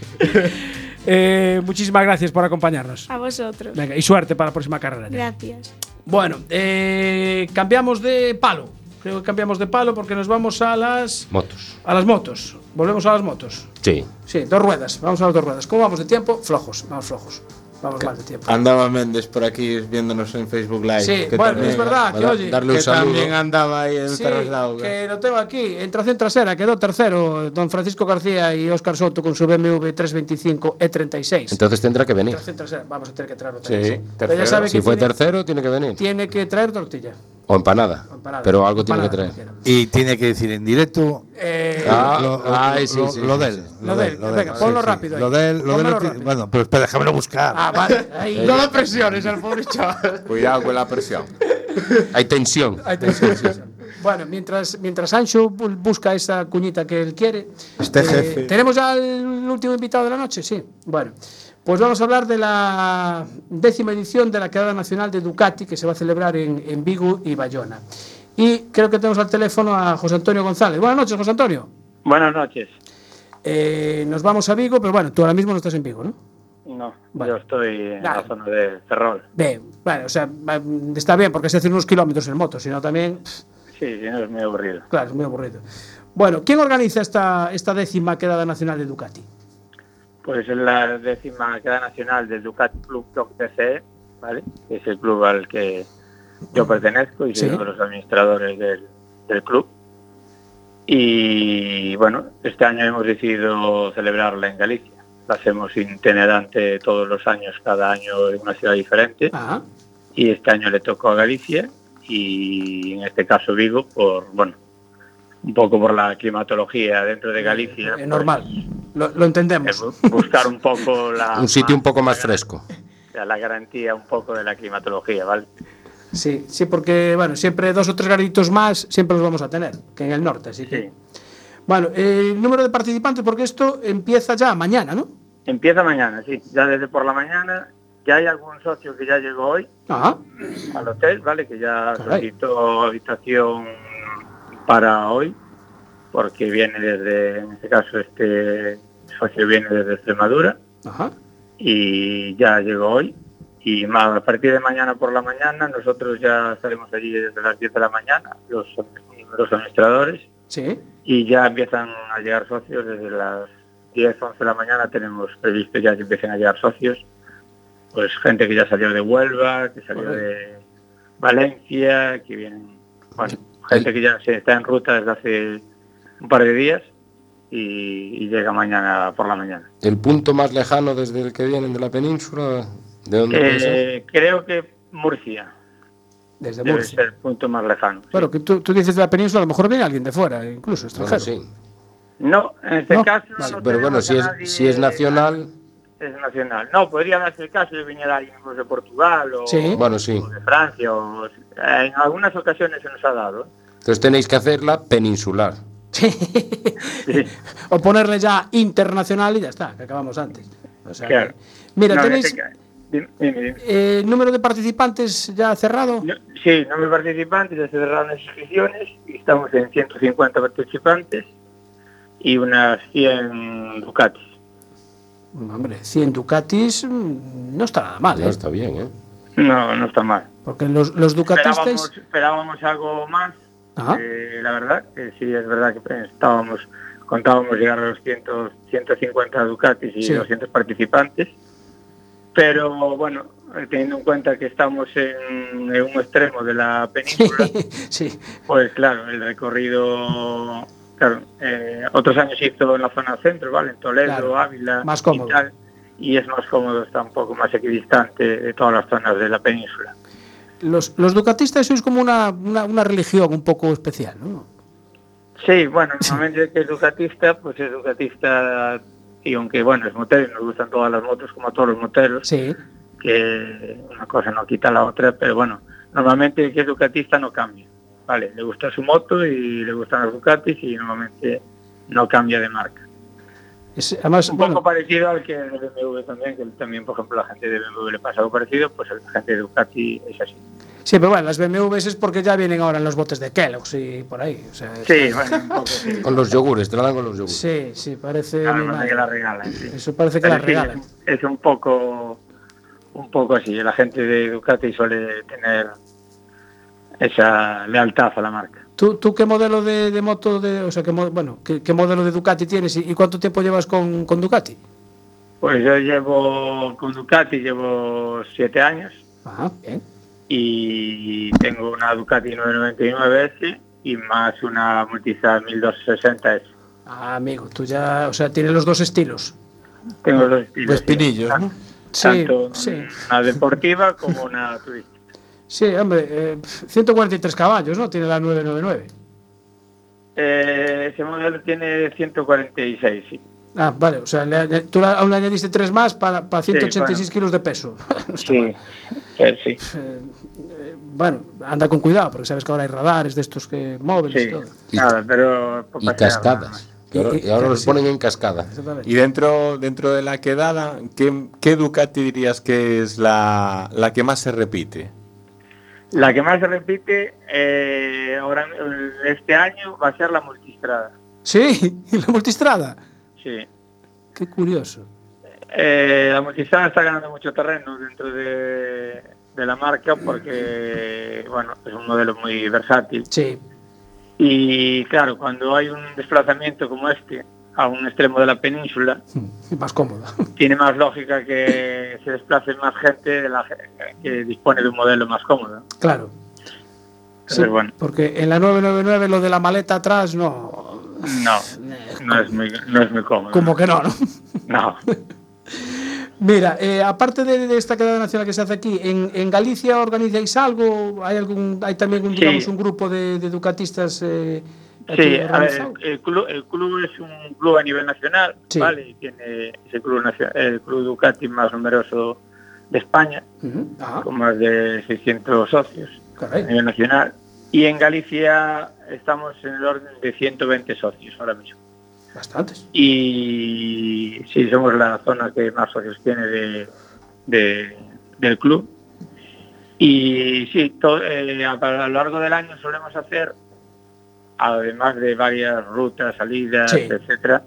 Speaker 1: Eh, muchísimas gracias por acompañarnos.
Speaker 12: A vosotros.
Speaker 1: Venga, y suerte para la próxima carrera.
Speaker 12: Gracias.
Speaker 1: Bueno, eh, cambiamos de palo. Creo que cambiamos de palo porque nos vamos a las
Speaker 14: Motos.
Speaker 1: a las motos. Volvemos a las motos.
Speaker 14: Sí.
Speaker 1: Sí, dos ruedas. Vamos a las dos ruedas. ¿Cómo vamos de tiempo? Flojos, vamos flojos. Vamos mal de tiempo.
Speaker 4: Andaba Méndez por aquí viéndonos en Facebook Live.
Speaker 1: Sí, bueno, es verdad, que
Speaker 4: para
Speaker 1: oye,
Speaker 4: darle un
Speaker 1: que
Speaker 4: saludo.
Speaker 1: también
Speaker 11: andaba ahí
Speaker 4: en
Speaker 1: Sí,
Speaker 4: traslado.
Speaker 1: que lo tengo aquí. En tracción trasera quedó tercero don Francisco García y Óscar Soto con su BMW E 325 E36.
Speaker 14: Entonces tendrá que venir.
Speaker 1: Tracción trasera, vamos a tener que traer otra. ¿eh?
Speaker 14: Sí,
Speaker 1: Pero pues, ya sabe
Speaker 14: Si
Speaker 1: que
Speaker 14: fue
Speaker 1: tiene-
Speaker 14: tercero, tiene que venir.
Speaker 1: Tiene que traer tortilla.
Speaker 14: O empanada.
Speaker 1: empanada.
Speaker 14: Pero algo tiene que
Speaker 1: Empanada,
Speaker 14: traer.
Speaker 5: Y tiene que decir en directo.
Speaker 1: Eh,
Speaker 14: Ah,
Speaker 5: lo, lo-
Speaker 14: ay, sí,
Speaker 5: lo-
Speaker 14: sí,
Speaker 5: lo
Speaker 14: sí,
Speaker 5: de él,
Speaker 14: sí.
Speaker 5: lo de él, lo de él.
Speaker 1: Venga,
Speaker 5: Sí,
Speaker 1: ponlo
Speaker 5: sí.
Speaker 1: rápido ahí.
Speaker 5: Lo de él, lo de él
Speaker 1: Pónmelo
Speaker 5: lo ti- Bueno, pero espera, déjamelo buscar.
Speaker 1: Ah, vale. ahí.
Speaker 5: No lo
Speaker 1: presiones al pobre chaval.
Speaker 14: Cuidado con la presión. Hay tensión.
Speaker 1: Ahí tenés que decir. Bueno, mientras, mientras Sancho bu- busca esa cuñita que él quiere, eh,
Speaker 4: Este jefe.
Speaker 1: ¿tenemos ya el último invitado de la noche? Sí. Bueno, pues vamos a hablar de la décima edición de la Quedada Nacional de Ducati que se va a celebrar en, en Vigo y Bayona. Y creo que tenemos al teléfono a José Antonio González. Buenas noches, José Antonio.
Speaker 15: Buenas noches.
Speaker 1: Eh, nos vamos a Vigo, pero bueno, tú ahora mismo no estás en Vigo, ¿no?
Speaker 15: No, yo estoy en la zona de Ferrol.
Speaker 1: Bien, bueno, o sea, mm, está bien porque se hacen unos kilómetros en moto, sino también,
Speaker 15: Sí, sí, no es muy aburrido.
Speaker 1: claro, es muy aburrido. Bueno, ¿quién organiza esta, esta décima quedada nacional de Ducati?
Speaker 15: Pues es la décima queda nacional del Ducati Club Doc TCE, ¿vale? Que es el club al que yo pertenezco y soy
Speaker 1: Sí.
Speaker 15: uno de los administradores del, del club. Y bueno, este año hemos decidido celebrarla en Galicia. La hacemos itinerante todos los años, cada año en una ciudad diferente. Y este año le tocó a Galicia y en este caso Vigo por, bueno, un poco por la climatología dentro de Galicia.
Speaker 1: Es
Speaker 15: pues,
Speaker 1: Eh, normal, lo, lo entendemos.
Speaker 15: buscar un poco la,
Speaker 14: Un sitio un poco más fresco.
Speaker 15: la, la garantía un poco de la climatología, ¿vale?
Speaker 1: Sí, sí, porque, bueno, siempre dos o tres graditos más siempre los vamos a tener, que en el norte, así que... Bueno, eh, el número de participantes, porque esto empieza ya mañana, ¿no?
Speaker 15: Empieza mañana, sí, ya desde por la mañana. Ya hay algún socio que ya llegó hoy
Speaker 1: Ajá.
Speaker 15: al hotel, ¿vale? Que ya
Speaker 1: Caray.
Speaker 15: solicitó habitación para hoy, porque viene desde, en este caso, este socio viene desde Extremadura
Speaker 1: Ajá.
Speaker 15: y ya llegó hoy. Y ma- a partir de mañana por la mañana nosotros ya estaremos allí desde las 10 de la mañana, los, los administradores,
Speaker 1: Sí.
Speaker 15: y ya empiezan a llegar socios desde las 10, 11 de la mañana tenemos previsto ya que empiecen a llegar socios, pues gente que ya salió de Huelva, que salió
Speaker 1: Joder.
Speaker 15: de Valencia, que vienen, bueno, gente que ya se está en ruta desde hace un par de días y, y llega mañana por la mañana.
Speaker 6: ¿El punto más lejano desde el que vienen de la península? ¿De dónde puede ser?
Speaker 15: Eh, creo que Murcia.
Speaker 1: Desde
Speaker 15: debe
Speaker 1: Murcia.
Speaker 15: ser el punto más lejano.
Speaker 1: Bueno, que tú, tú dices de la península, a lo mejor viene alguien de fuera, incluso extranjero.
Speaker 15: No, en este
Speaker 1: No,
Speaker 15: caso
Speaker 1: vale.
Speaker 15: no
Speaker 1: Pero bueno,
Speaker 15: tenemos
Speaker 1: si
Speaker 15: a
Speaker 1: es-
Speaker 15: nadie-
Speaker 6: Si es nacional,
Speaker 15: es nacional. No, podría darse el caso de viniera alguien pues, de Portugal o,
Speaker 6: bueno, sí.
Speaker 15: o de Francia. o- eh, en algunas ocasiones se nos ha dado.
Speaker 6: Entonces tenéis que hacerla peninsular.
Speaker 1: O ponerle ya internacional y ya está, que acabamos antes. O sea,
Speaker 15: Claro.
Speaker 1: Mira,
Speaker 15: No, en
Speaker 1: tenéis
Speaker 15: este ca- Dime, dime, dime.
Speaker 1: eh, número de participantes ya cerrado.
Speaker 15: Sí, no me participantes, ya se cerraron las inscripciones y estamos en 150 participantes y unas 100 Ducatis.
Speaker 1: Hombre, 100 Ducatis mm, no está nada mal, ¿eh?
Speaker 6: está bien, ¿eh?
Speaker 15: No, no está mal.
Speaker 1: Porque los, los Ducatistas.
Speaker 15: Esperábamos, esperábamos algo más,
Speaker 1: Ajá.
Speaker 15: eh, la verdad, que sí, es verdad que pues, estábamos, contábamos llegar a los 100, 150 Ducatis y
Speaker 1: Sí.
Speaker 15: 200 participantes, pero bueno, eh, teniendo en cuenta que estamos en, en un extremo de la península, pues claro, el recorrido, claro, eh, otros años se hizo en la zona centro, ¿vale? En Toledo,
Speaker 1: Claro,
Speaker 15: Ávila,
Speaker 1: más cómodo.
Speaker 15: y tal, y es más cómodo, está un poco más equidistante de todas las zonas de la península.
Speaker 1: Los, los Ducatistas sois como una, una, una religión un poco especial, ¿no?
Speaker 15: Sí, bueno, normalmente el que es ducatista, pues es ducatista y aunque bueno, es motero y nos gustan todas las motos como a todos los moteros, que una cosa no quita la otra, pero bueno, normalmente el que es ducatista no cambia, ¿vale? Le gusta su moto y le gustan los ducatis y normalmente no cambia de marca.
Speaker 1: Es, además,
Speaker 15: Un
Speaker 1: Pues, bueno,
Speaker 15: poco parecido al que de BMW también, que también, por ejemplo, la gente de BMW le pasa algo parecido, pues a la gente de Ducati es así.
Speaker 1: sí, pero bueno, las BMWs es porque ya vienen ahora en los botes de Kellogg's y por ahí. O sea, es-
Speaker 15: Sí, bueno, un poco sí.
Speaker 6: Con los yogures, te la dan con los yogures.
Speaker 1: Sí, sí, parece.
Speaker 15: Claro,
Speaker 1: muy
Speaker 15: parece
Speaker 1: mal.
Speaker 15: que la regalan, sí.
Speaker 1: Eso parece que la
Speaker 15: Pero sí,
Speaker 1: regalan.
Speaker 15: Es, es un poco un poco así. La gente de Ducati suele tener esa lealtad a la marca.
Speaker 1: ¿Tú, tú qué modelo de, de moto, de, o sea, qué, mo- bueno, qué, qué modelo de Ducati tienes y, y cuánto tiempo llevas con, con Ducati?
Speaker 15: Pues yo llevo con Ducati llevo siete años y tengo una Ducati 999S y más una Multizar 1260S.
Speaker 1: Ah, amigo, tú ya, o sea, tienes los dos estilos.
Speaker 15: Tengo los dos estilos.
Speaker 1: Los pinillos,
Speaker 15: Tan-
Speaker 1: ¿no? Sí,
Speaker 15: Tanto
Speaker 1: sí.
Speaker 15: una deportiva como una turista.
Speaker 1: Sí, hombre, eh, pf, 143 caballos, ¿no? Tiene la 999.
Speaker 15: Eh, ese modelo tiene 146, sí.
Speaker 1: Ah, vale, o sea, le añ- tú la- aún le añadiste tres más para, para
Speaker 15: Sí,
Speaker 1: 186
Speaker 15: bueno.
Speaker 1: kilos de peso.
Speaker 15: Sí, eh, sí.
Speaker 1: Bueno, anda con cuidado, porque sabes que ahora hay radares de estos que móviles y
Speaker 15: Sí,
Speaker 1: todo.
Speaker 15: nada, pero...
Speaker 6: Y cascadas. que ahora- y ahora los ponen en cascada.
Speaker 3: Y dentro, dentro de la quedada, ¿qué, qué Ducati dirías que es la, la que más se repite?
Speaker 15: La que más se repite eh, ahora, este año va a ser la multistrada.
Speaker 1: Sí, y la multistrada.
Speaker 15: Sí.
Speaker 1: Qué curioso.
Speaker 15: Eh, la multistrada está ganando mucho terreno dentro de, de la marca porque bueno, es un modelo muy versátil.
Speaker 1: Sí.
Speaker 15: Y claro, cuando hay un desplazamiento como este a un extremo de la península,
Speaker 1: Más cómodo.
Speaker 15: tiene más lógica que se desplace más gente de la, que dispone de un modelo más cómodo.
Speaker 1: Claro.
Speaker 15: Entonces, bueno.
Speaker 1: Porque en la 999 lo de la maleta atrás no.
Speaker 15: No, no es muy, no es muy cómodo.
Speaker 1: Como que no, ¿no?
Speaker 15: No.
Speaker 1: Mira, eh, aparte de, de esta quedada nacional que se hace aquí, ¿en, en Galicia organizáis algo? ¿Hay algún, hay también un,
Speaker 15: Sí.
Speaker 1: digamos, un grupo de, de educatistas eh, aquí
Speaker 15: Sí, a ver,
Speaker 1: organizado?
Speaker 15: el club, el club es un club a nivel nacional,
Speaker 1: Sí.
Speaker 15: ¿vale? Y tiene ese club nacio- el club Ducati más numeroso de España,
Speaker 1: Ujú, ah,
Speaker 15: con más de 600 socios
Speaker 1: caray.
Speaker 15: a nivel nacional. Y en Galicia estamos en el orden de 120 socios ahora mismo.
Speaker 1: Bastantes.
Speaker 15: Y sí, somos la zona que más socios tiene de, de- del club. Y sí, to- eh, a, a lo largo del año solemos hacer, además de varias rutas, salidas,
Speaker 1: Sí.
Speaker 15: etcétera,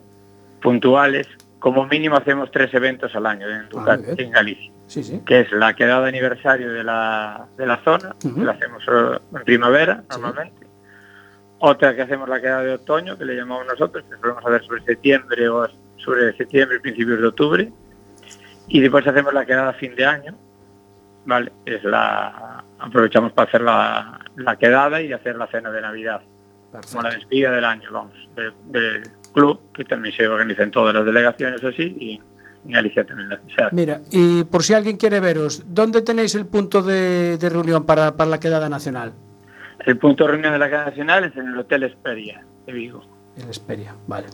Speaker 15: puntuales, como mínimo hacemos tres eventos al año en, Ducati,
Speaker 1: Ah, muy bien.
Speaker 15: en Galicia,
Speaker 1: Sí, sí.
Speaker 15: que es la quedada de aniversario de la, de la zona,
Speaker 1: Ujú.
Speaker 15: que la hacemos eh, en primavera normalmente. Otra que hacemos la quedada de otoño, que le llamamos nosotros, que solemos hacer sobre septiembre o sobre septiembre, principios de octubre. Y después hacemos la quedada a fin de año, ¿vale? Es la aprovechamos para hacer la, la quedada y hacer la cena de Navidad, como la despedida del año, vamos, de- del club, que también se organiza en todas las delegaciones así, y en Galicia también la se hace.
Speaker 1: Mira, y por si alguien quiere veros, ¿dónde tenéis el punto de, de reunión para, para la quedada nacional?
Speaker 15: El punto de reunión de la Casa Nacional es en el Hotel Esperia de Vigo.
Speaker 1: El Esperia, vale.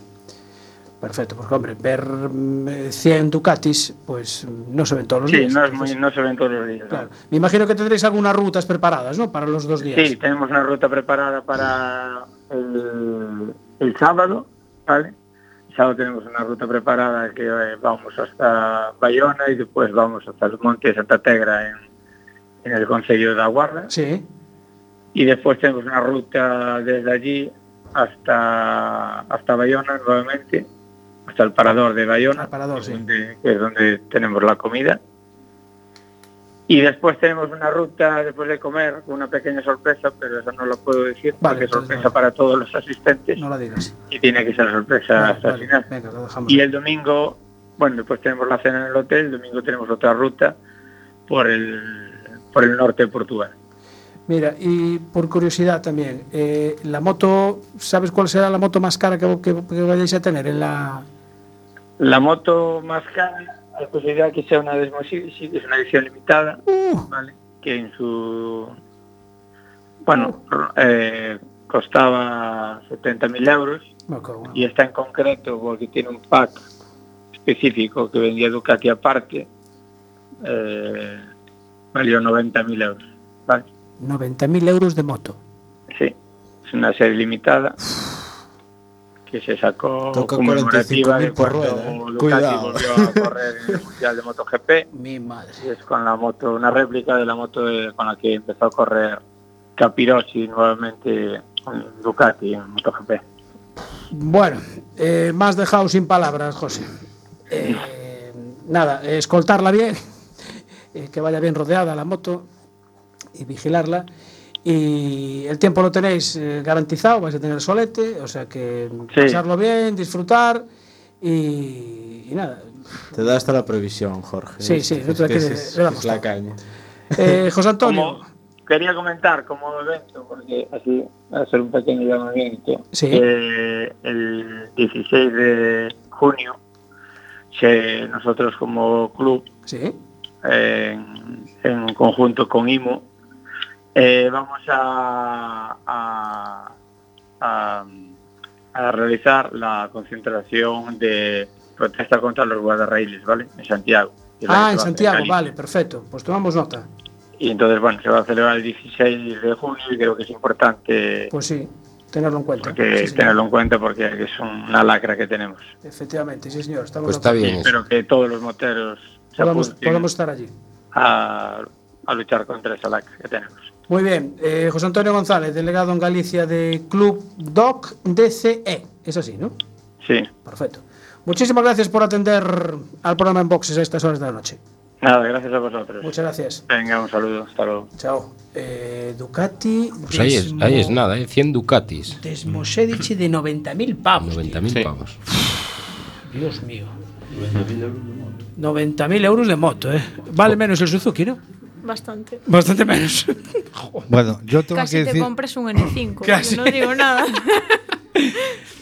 Speaker 1: Perfecto, porque hombre, ver mm, 100 Ducatis, pues no se ven todos los
Speaker 15: sí,
Speaker 1: días.
Speaker 15: no, es
Speaker 1: entonces-
Speaker 15: muy- no se ven todos los días. ¿no?
Speaker 1: Claro. Me imagino que tendréis algunas rutas preparadas, ¿no? Para los dos días.
Speaker 15: Sí, tenemos una ruta preparada para el, el sábado, ¿vale? El sábado tenemos una ruta preparada que eh, vamos hasta Bayona y después vamos hasta los Montes de Santa Tegra en, en el Consejo de Aguarda.
Speaker 1: Sí.
Speaker 15: Y después tenemos una ruta desde allí hasta, hasta Bayona nuevamente, hasta el parador de Bayona,
Speaker 1: Parador, sí.
Speaker 15: que es donde tenemos la comida. Y después tenemos una ruta, después de comer, una pequeña sorpresa, pero eso no lo puedo decir, porque es sorpresa para todos los asistentes.
Speaker 1: No la digas.
Speaker 15: Y tiene que ser sorpresa
Speaker 1: Vale,
Speaker 15: Pues hasta el
Speaker 1: vale,
Speaker 15: final.
Speaker 1: venga, lo dejamos.
Speaker 15: Y el domingo, bueno, después tenemos la cena en el hotel, el domingo tenemos otra ruta por el, por el norte de Portugal.
Speaker 1: Mira, y por curiosidad también, eh, la moto, ¿sabes cuál será la moto más cara que, que- que vayáis a tener en la
Speaker 15: La moto más cara, la posibilidad que sea una desmosil, sí, es una edición limitada, ¿vale? que en su... Bueno, eh, costaba 70.000 euros y esta en concreto porque tiene un pack específico que vendía Ducati aparte, eh, valió 90.000 euros.
Speaker 1: 90.000 euros de moto?
Speaker 15: Sí, es una serie limitada que se sacó
Speaker 1: Toca
Speaker 15: conmemorativa
Speaker 1: 45.000
Speaker 15: de
Speaker 1: por
Speaker 15: cuando
Speaker 1: rueda, ¿eh?
Speaker 15: Ducati
Speaker 1: Cuidado.
Speaker 15: volvió a correr en el Mundial de MotoGP.
Speaker 1: Mi madre.
Speaker 15: Es con la moto, una réplica de la moto de- con la que empezó a correr Capirossi nuevamente con Ducati en MotoGP.
Speaker 1: Bueno, eh, más dejado sin palabras, José. Eh, nada, eh, escoltarla bien, eh, que vaya bien rodeada la moto y vigilarla. Y el tiempo lo tenéis eh, garantizado, vais a tener solete, o sea que
Speaker 11: Sí.
Speaker 1: pasarlo bien, disfrutar y, y nada. Ah,
Speaker 11: Te da hasta la previsión, Jorge.
Speaker 1: Sí, sí,
Speaker 11: es,
Speaker 1: nosotros
Speaker 11: que
Speaker 1: aquí
Speaker 11: es- es-
Speaker 1: le damos
Speaker 11: es la caña.
Speaker 1: Eh, José Antonio,
Speaker 15: Quería comentar como evento, porque así hacer un pequeño llamamiento,
Speaker 1: Sí.
Speaker 15: que el 16 de junio se- nosotros como club, en, en conjunto con IMO, eh, vamos a, a- a- a realizar la concentración de protesta contra los guardarraíles, ¿vale? En Santiago. Que es la
Speaker 1: ah, en
Speaker 15: que se va a hacer
Speaker 1: Santiago,
Speaker 15: Galicia.
Speaker 1: vale, perfecto, pues tomamos nota.
Speaker 15: Y entonces, bueno, se va a celebrar el 16 de junio y creo que es importante
Speaker 1: Pues sí, tenerlo en cuenta.
Speaker 15: que
Speaker 1: Sí, señor.
Speaker 15: tenerlo en cuenta porque es una lacra que tenemos.
Speaker 1: Efectivamente, sí, señor. Estamos
Speaker 15: Pues
Speaker 1: de acuerdo.
Speaker 15: Y espero que todos los moteros se
Speaker 1: Podamos,
Speaker 15: apunten
Speaker 1: podamos estar allí.
Speaker 15: a, a luchar contra esa lacra que tenemos.
Speaker 1: Muy bien, eh, José Antonio González, delegado en Galicia de Club DOC DCE. Es así, ¿no?
Speaker 15: Sí,
Speaker 1: Perfecto. Muchísimas gracias por atender al programa en boxes a estas horas de la noche.
Speaker 15: nada, gracias a vosotros.
Speaker 1: Muchas gracias.
Speaker 15: Venga, un saludo, hasta luego.
Speaker 1: Chao. Eh, Ducati.
Speaker 6: Pues ahí es, ahí es nada, ¿eh? 100 Ducatis.
Speaker 1: Desmosedici de 90.000 pavos.
Speaker 6: 90.000 pavos.
Speaker 1: Dios mío. 90.000 euros de moto, ¿eh?
Speaker 6: Oh.
Speaker 1: Vale menos el Suzuki, ¿no?
Speaker 12: Bastante.
Speaker 1: Bastante menos.
Speaker 5: Bueno, yo tengo
Speaker 12: Casi
Speaker 5: que
Speaker 12: te
Speaker 5: decir.
Speaker 12: compras un N5. yo
Speaker 1: Casi.
Speaker 12: No digo nada.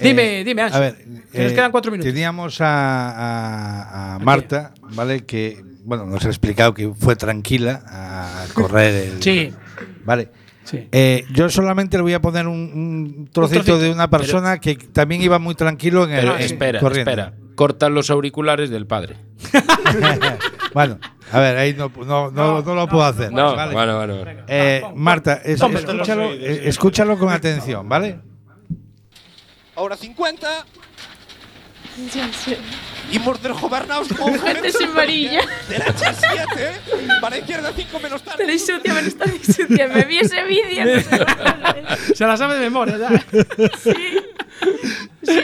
Speaker 1: Dime, dime, Ancho.
Speaker 5: Eh, A ver,
Speaker 1: que nos
Speaker 5: eh,
Speaker 1: quedan cuatro minutos.
Speaker 5: Teníamos a, a- a Marta, ¿vale? Que, bueno, nos ha explicado que fue tranquila a correr el.
Speaker 1: Sí.
Speaker 5: Vale. Eh, yo solamente le voy a poner un, un trocito,
Speaker 6: trocito.
Speaker 5: de una persona que también iba muy tranquilo en el.
Speaker 6: Pero
Speaker 5: en-
Speaker 6: espera,
Speaker 5: corriendo.
Speaker 6: espera. Cortan los auriculares del padre.
Speaker 5: Bueno, a ver, ahí no, no, no, no lo puedo hacer.
Speaker 6: No,
Speaker 5: ¿vale?
Speaker 6: bueno, bueno, bueno.
Speaker 5: Eh, Marta, es-
Speaker 6: Tómelo.
Speaker 5: escúchalo, eh, escúchalo con atención, ¿vale?
Speaker 8: Ahora 50. Y Morderjo Barnaus
Speaker 1: Este
Speaker 8: con
Speaker 12: Gente sin varilla.
Speaker 8: Derecha 7. Para izquierda 5 menos tarde.
Speaker 12: Tenéis sucia, me lo estás sucia. Me vi ese vídeo. no sé.
Speaker 1: Se la sabe de memoria, ya.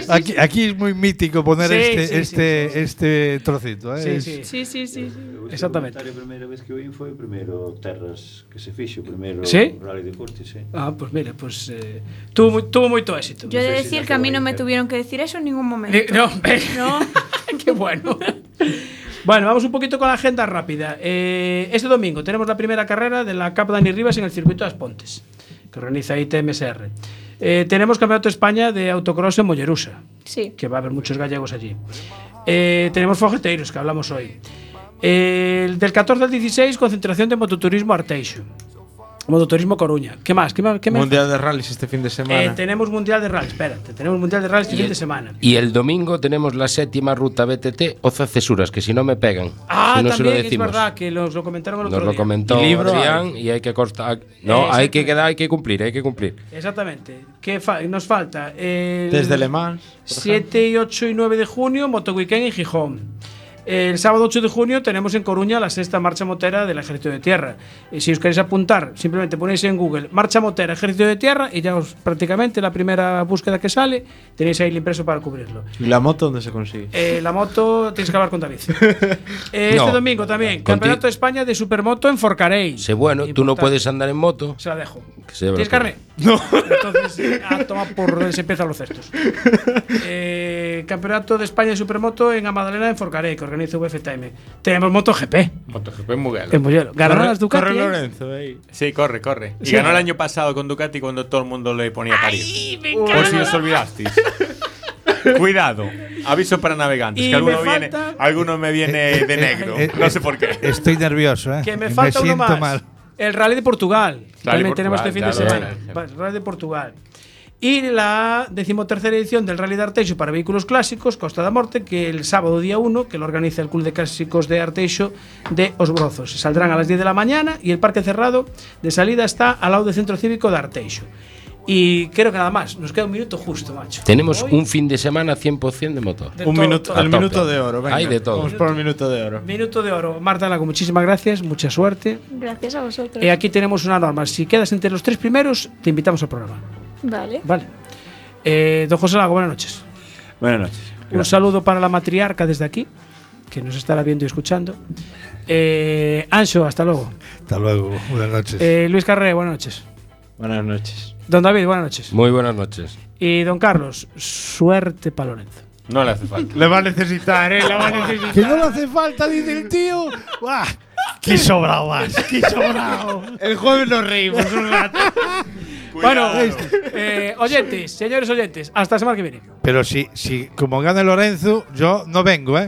Speaker 5: Aquí, aquí es muy mítico poner
Speaker 1: Sí,
Speaker 5: este,
Speaker 1: sí, sí,
Speaker 5: este, este trocito. ¿eh? Es-
Speaker 12: Sí, sí, sí.
Speaker 1: Exactamente.
Speaker 13: A primeira vez que oín foi o primeiro Terras que se fixo, o primeiro
Speaker 1: Sí?
Speaker 13: Rally de Curtis, sí.
Speaker 1: Ah, pues mira, pues eh, tuvo, muy- tuvo mucho éxito.
Speaker 12: Yo he de decir que a mí no me tuvieron que decir eso en ningún momento.
Speaker 1: Ni- no, ve.
Speaker 12: No.
Speaker 1: Qué bueno. Bueno, vamos un poquito con la agenda rápida. Eh, este domingo tenemos la primera carrera de la Cap Dani Rivas en el circuito de Las Pontes, que organiza ITMSR. Eh, tenemos Campeonato de España de autocross en Mollerusa,
Speaker 12: Sí.
Speaker 1: que va a haber muchos gallegos allí. Eh, tenemos Fogeteiros, que hablamos hoy. Eh, el del 14 al 16, concentración de mototurismo Arteixo. Mototurismo Coruña. ¿Qué más? ¿Qué más? ¿Qué más?
Speaker 11: Mundial de rallies este fin de semana.
Speaker 1: Eh, tenemos Mundial de Rally, espérate. Tenemos Mundial de Rally este fin de semana.
Speaker 14: Y el domingo tenemos la séptima ruta BTT, Oza Cesuras, que si no me pegan.
Speaker 1: Ah,
Speaker 14: si no se lo
Speaker 1: también es
Speaker 14: decimos.
Speaker 1: verdad que los, lo comentaron el
Speaker 14: Nos
Speaker 1: otro
Speaker 14: lo
Speaker 1: día. Eh,
Speaker 14: comentó Adrián y hay que cortar. No, hay que quedar, hay que cumplir, hay que cumplir.
Speaker 1: Exactamente. ¿Qué fa- nos falta? El
Speaker 14: Desde Le Mans, por
Speaker 1: 7, 8 y 9 de junio, Moto Weekend en Gijón. El sábado 8 de junio tenemos en Coruña la sexta marcha motera del Ejército de Tierra. Y si os queréis apuntar, simplemente ponéis en Google marcha motera Ejército de Tierra y ya os prácticamente la primera búsqueda que sale tenéis ahí el impreso para cubrirlo.
Speaker 11: ¿Y la moto dónde se consigue?
Speaker 1: Eh, la moto tienes que hablar con David. Eh,
Speaker 14: No.
Speaker 1: este domingo también,
Speaker 14: Conti-
Speaker 1: Campeonato de España de Supermoto en Forcarey.
Speaker 14: Sé bueno, tú no puedes andar en moto.
Speaker 1: Se la dejo.
Speaker 14: Que se
Speaker 1: ¿Tienes
Speaker 14: abra.
Speaker 1: carne? No. Entonces, a tomar por donde se empiezan los cestos. Eh, Campeonato de España de Supermoto en Amadalena en Forcarey, que organiza VFTM. Tenemos MotoGP.
Speaker 3: MotoGP en Mugello.
Speaker 1: En Mugello. Ganarán las Ducati. ¿eh?
Speaker 11: Corre Lorenzo ahí.
Speaker 3: Sí, corre, corre. Y
Speaker 1: Sí.
Speaker 3: ganó el año pasado con Ducati cuando todo el mundo le ponía a parir. Por
Speaker 1: encanta.
Speaker 3: si os olvidasteis. Cuidado. Aviso para navegantes.
Speaker 1: Y
Speaker 3: que alguno,
Speaker 1: me
Speaker 3: viene,
Speaker 1: falta-
Speaker 3: alguno me viene de negro.
Speaker 5: eh,
Speaker 3: No sé por qué.
Speaker 5: Estoy nervioso, ¿eh?
Speaker 1: Que me
Speaker 5: Y
Speaker 1: falta uno
Speaker 5: siento
Speaker 1: más.
Speaker 5: mal.
Speaker 1: El Rally de Portugal. que También
Speaker 5: Portugal,
Speaker 1: tenemos este fin de
Speaker 5: ya lo
Speaker 1: semana.
Speaker 5: dije.
Speaker 1: Va- Rally de Portugal. Y la decimotercera edición del Rally de Arteixo para vehículos clásicos, Costa da Morte, que el sábado día 1, que lo organiza el Club de Clásicos de Arteixo de Osbrozos. Se saldrán a las 10 de la mañana y el parque cerrado de salida está al lado del Centro Cívico de Arteixo. Y creo que nada más, nos queda un minuto justo, macho.
Speaker 14: Tenemos
Speaker 1: Hoy,
Speaker 14: un fin de semana 100% de motor.
Speaker 1: De Un todo, minuto- todo.
Speaker 14: A
Speaker 1: el
Speaker 14: tope.
Speaker 1: minuto de oro, venga.
Speaker 14: Hay de todo.
Speaker 1: Vamos por el
Speaker 11: minuto de oro.
Speaker 1: minuto de oro. Marta Lago, muchísimas gracias, mucha suerte.
Speaker 12: Gracias a vosotros.
Speaker 1: Y aquí tenemos una norma. Si quedas entre los tres primeros, te invitamos al programa.
Speaker 12: Vale.
Speaker 1: Vale. Eh, don José Lago, buenas noches.
Speaker 13: Buenas noches.
Speaker 1: Un saludo para la matriarca desde aquí, que nos estará viendo y escuchando. Eh, Ancho, hasta luego.
Speaker 5: Hasta luego. Buenas noches.
Speaker 1: Eh, Luis Carré, buenas noches.
Speaker 11: Buenas noches.
Speaker 1: Don David, buenas noches.
Speaker 14: Muy buenas noches.
Speaker 1: Y don Carlos, suerte para Lorenzo.
Speaker 3: No le hace falta.
Speaker 11: Le va a necesitar, eh. La va a necesitar.
Speaker 5: Que no le hace falta, dice el tío. ¡Buah! ¡Qué sobrado vas! ¡Qué sobrado!
Speaker 11: El jueves nos reímos un rato.
Speaker 1: Bueno, eh, oyentes, señores oyentes, hasta la semana que viene.
Speaker 5: Pero si, si como gana Lorenzo, yo no vengo, ¿eh?